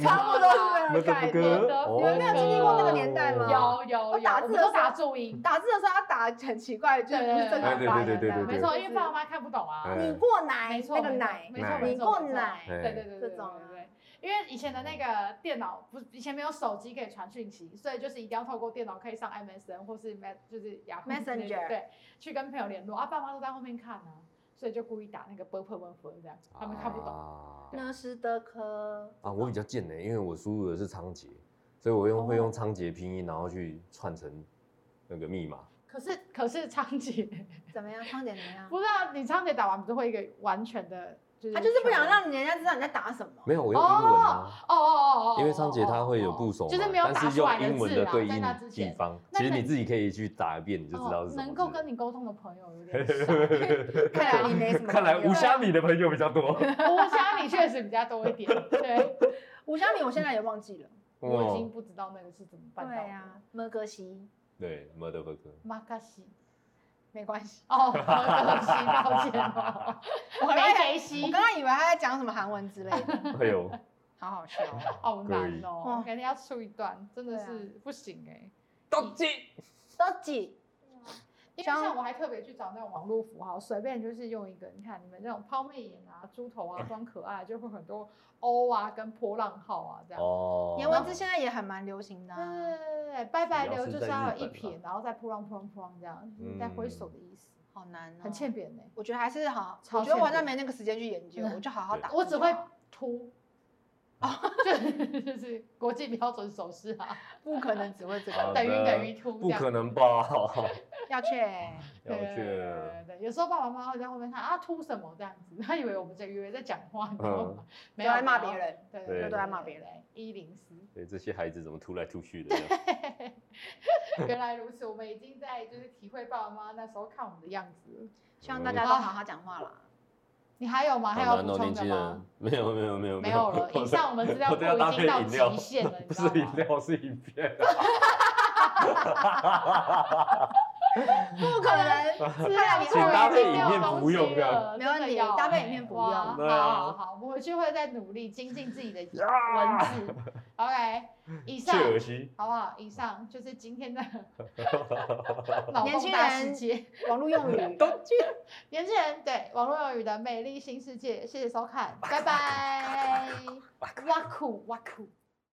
[SPEAKER 3] 差不多是这个概
[SPEAKER 5] Motherfucker
[SPEAKER 3] 念。
[SPEAKER 5] 哦
[SPEAKER 3] 你们没有经历过那个年
[SPEAKER 5] 嗯
[SPEAKER 3] 代吗
[SPEAKER 4] 有有
[SPEAKER 3] 我哦
[SPEAKER 4] 有，
[SPEAKER 3] 打
[SPEAKER 4] 我
[SPEAKER 3] 字
[SPEAKER 4] 们
[SPEAKER 3] 的时
[SPEAKER 4] 都
[SPEAKER 3] 候
[SPEAKER 4] 打注音，
[SPEAKER 3] 打字的时候要打很奇怪，就是不是正常发音
[SPEAKER 5] 对对对对对对
[SPEAKER 4] 没错，因为爸爸妈妈看不懂啊。
[SPEAKER 5] 嗯
[SPEAKER 3] 你过奶
[SPEAKER 4] 没错，
[SPEAKER 3] 那个奶，
[SPEAKER 4] 没错，没
[SPEAKER 3] 你
[SPEAKER 4] 错，
[SPEAKER 3] 过
[SPEAKER 4] 没错
[SPEAKER 3] 奶，
[SPEAKER 5] 哎
[SPEAKER 4] 对对对对
[SPEAKER 3] 这种啊
[SPEAKER 4] 对对。因为以前的那个电脑不是以前没有手机可以传讯息，所以就是一定要透过电脑可以上 MSN 或是 Mes 就是雅虎
[SPEAKER 3] Messenger
[SPEAKER 4] 之类的对，去跟朋友联络啊，爸妈都在后面看啊，所以就故意打那个 b u r p 这样，他们看不懂。
[SPEAKER 5] 啊
[SPEAKER 3] 那是的科，
[SPEAKER 5] 啊，我比较贱呢，因为我输入的是仓颉，所以我用会
[SPEAKER 4] 哦
[SPEAKER 5] 用仓颉拼音，然后去串成那个密码。
[SPEAKER 4] 可是可是 昌姐
[SPEAKER 3] 怎么样？康姐怎么样？
[SPEAKER 4] 不是啊，你昌姐打完不是会一个完全的，就是
[SPEAKER 3] 他就是不想让人家知道你在打什么。
[SPEAKER 5] 没有，我用英文啊，
[SPEAKER 4] 哦哦哦哦，
[SPEAKER 5] 因为仓颉它会有部首嘛，
[SPEAKER 4] 就是没有打
[SPEAKER 5] 但是
[SPEAKER 4] 出
[SPEAKER 5] 用
[SPEAKER 4] 来
[SPEAKER 5] 英
[SPEAKER 4] 的
[SPEAKER 5] 文
[SPEAKER 4] 字
[SPEAKER 5] 的
[SPEAKER 4] 啊
[SPEAKER 5] 对，
[SPEAKER 4] 在
[SPEAKER 5] 应
[SPEAKER 4] 那之
[SPEAKER 5] 地
[SPEAKER 4] 前。
[SPEAKER 5] 方，
[SPEAKER 4] 那
[SPEAKER 5] 其实
[SPEAKER 4] 可
[SPEAKER 5] 你自己可以去打一遍，你就知道
[SPEAKER 4] 哦
[SPEAKER 5] 是什么字。
[SPEAKER 4] 能够 跟你沟通的朋友有点少，
[SPEAKER 3] 看来你没什么朋友。
[SPEAKER 5] 看来无虾米的朋友比较多。
[SPEAKER 4] 我想你确实比较多一点，对，
[SPEAKER 3] 吴香米，我现在也忘记了。
[SPEAKER 4] 我已经
[SPEAKER 5] 哦
[SPEAKER 4] 不知道那个是怎么办到
[SPEAKER 3] 对
[SPEAKER 4] 的。
[SPEAKER 3] 呀，么哥西
[SPEAKER 5] 对，motherfucker。
[SPEAKER 4] 马卡西，
[SPEAKER 3] 没关系。
[SPEAKER 4] 哦，马卡西，抱歉哦，
[SPEAKER 3] 我刚
[SPEAKER 4] 梅
[SPEAKER 3] 才
[SPEAKER 4] 肥西
[SPEAKER 3] 我，刚刚以为他在讲什么韩文之类 的，
[SPEAKER 5] 哎呦，
[SPEAKER 3] 好好笑。
[SPEAKER 4] 好难
[SPEAKER 3] 可
[SPEAKER 4] 哦
[SPEAKER 3] 以，
[SPEAKER 4] 感觉要出一段，真的
[SPEAKER 3] 对
[SPEAKER 4] 是不行哎。
[SPEAKER 5] 到底
[SPEAKER 3] 都几
[SPEAKER 4] 因为
[SPEAKER 3] 像
[SPEAKER 4] 像我还特别去找那种网络符号，随便就是用一个，你看你们那种抛媚眼啊、猪头啊、装可爱，就会很多 O 啊跟波浪号啊这样。
[SPEAKER 5] 哦
[SPEAKER 3] 颜文字现在也很蛮流行的
[SPEAKER 4] 对
[SPEAKER 3] 啊。
[SPEAKER 4] 对对对对，拜拜
[SPEAKER 5] 主要
[SPEAKER 4] 流
[SPEAKER 5] 是
[SPEAKER 4] 就
[SPEAKER 5] 在
[SPEAKER 4] 是要有
[SPEAKER 5] 日
[SPEAKER 4] 一
[SPEAKER 5] 本嗯
[SPEAKER 4] 撇
[SPEAKER 5] 吧，
[SPEAKER 4] 然后再扑浪扑浪扑浪这样，就是在挥手的意思，
[SPEAKER 3] 好难哦，
[SPEAKER 4] 很欠。扁呢。
[SPEAKER 3] 我觉得还是好，
[SPEAKER 4] 超
[SPEAKER 3] 我觉得我好像
[SPEAKER 4] 欠扁
[SPEAKER 3] 没那个时间去研究，
[SPEAKER 4] 嗯
[SPEAKER 3] 我就好好打字就好。
[SPEAKER 4] 我只会
[SPEAKER 5] 啊
[SPEAKER 4] 秃。哦， 就是就是国际标准手势啊，
[SPEAKER 3] 不可能只会这
[SPEAKER 5] 好
[SPEAKER 3] 个
[SPEAKER 5] 的，
[SPEAKER 4] 等于等于秃这
[SPEAKER 5] 不
[SPEAKER 4] 样。
[SPEAKER 5] 可 能吧？
[SPEAKER 3] 要去
[SPEAKER 5] 要
[SPEAKER 4] 对对对
[SPEAKER 5] 去。
[SPEAKER 4] 对对，有时候爸爸妈妈会在后面看啊，秃什么这样子，他以为我们在以为在讲话，你知道吗？没
[SPEAKER 3] 都
[SPEAKER 4] 有
[SPEAKER 3] 在骂别，人。
[SPEAKER 4] 没
[SPEAKER 5] 嗯
[SPEAKER 4] 有
[SPEAKER 5] 对
[SPEAKER 4] 对，
[SPEAKER 5] 就
[SPEAKER 3] 都在骂别人。
[SPEAKER 4] 一零四，
[SPEAKER 5] 对，这些孩子怎么突来突去的这样？
[SPEAKER 4] 原来如此，我们已经在就是体会爸爸妈妈那时候看我们的样子了。
[SPEAKER 3] 希望大家都好好讲话啦。
[SPEAKER 4] 你还有吗？还有
[SPEAKER 5] 好
[SPEAKER 4] 要
[SPEAKER 5] 难
[SPEAKER 4] 补
[SPEAKER 5] 哦，
[SPEAKER 4] 充
[SPEAKER 5] 年
[SPEAKER 4] 的
[SPEAKER 5] 轻人
[SPEAKER 4] 吗？。
[SPEAKER 5] 没有没有没有
[SPEAKER 4] 没有了，以上我们资料
[SPEAKER 5] 我
[SPEAKER 4] 库
[SPEAKER 5] 都要搭
[SPEAKER 4] 已
[SPEAKER 5] 配
[SPEAKER 4] 经到
[SPEAKER 5] 饮料
[SPEAKER 4] 极限了，你
[SPEAKER 5] 不
[SPEAKER 4] 知
[SPEAKER 5] 是
[SPEAKER 4] 道啊吗
[SPEAKER 5] 饮？料是影片。
[SPEAKER 3] 不可能，
[SPEAKER 4] 资料
[SPEAKER 3] 料
[SPEAKER 4] 库
[SPEAKER 3] 库已
[SPEAKER 4] 已经
[SPEAKER 3] 经
[SPEAKER 5] 搭配影
[SPEAKER 4] 没有
[SPEAKER 5] 片
[SPEAKER 4] 东
[SPEAKER 5] 不
[SPEAKER 4] 西
[SPEAKER 5] 用这样
[SPEAKER 4] 了
[SPEAKER 3] 没问
[SPEAKER 4] 真的
[SPEAKER 3] 题
[SPEAKER 4] 要
[SPEAKER 3] 搭配
[SPEAKER 4] 哎
[SPEAKER 3] 影片不
[SPEAKER 4] 哇
[SPEAKER 3] 用
[SPEAKER 5] 对
[SPEAKER 4] 好
[SPEAKER 5] 啊
[SPEAKER 4] 好好，我们回去会再努力精进自己的文字。OK，以上
[SPEAKER 5] 啊切尔西，
[SPEAKER 4] 好不好？以上就是今天的脑
[SPEAKER 3] 年
[SPEAKER 4] 洞
[SPEAKER 3] 轻
[SPEAKER 4] 大世
[SPEAKER 3] 人
[SPEAKER 4] 界，
[SPEAKER 3] 网络用语。
[SPEAKER 4] 年轻人对网络用语的美丽新世界，谢谢收看，拜拜。哇酷哇酷。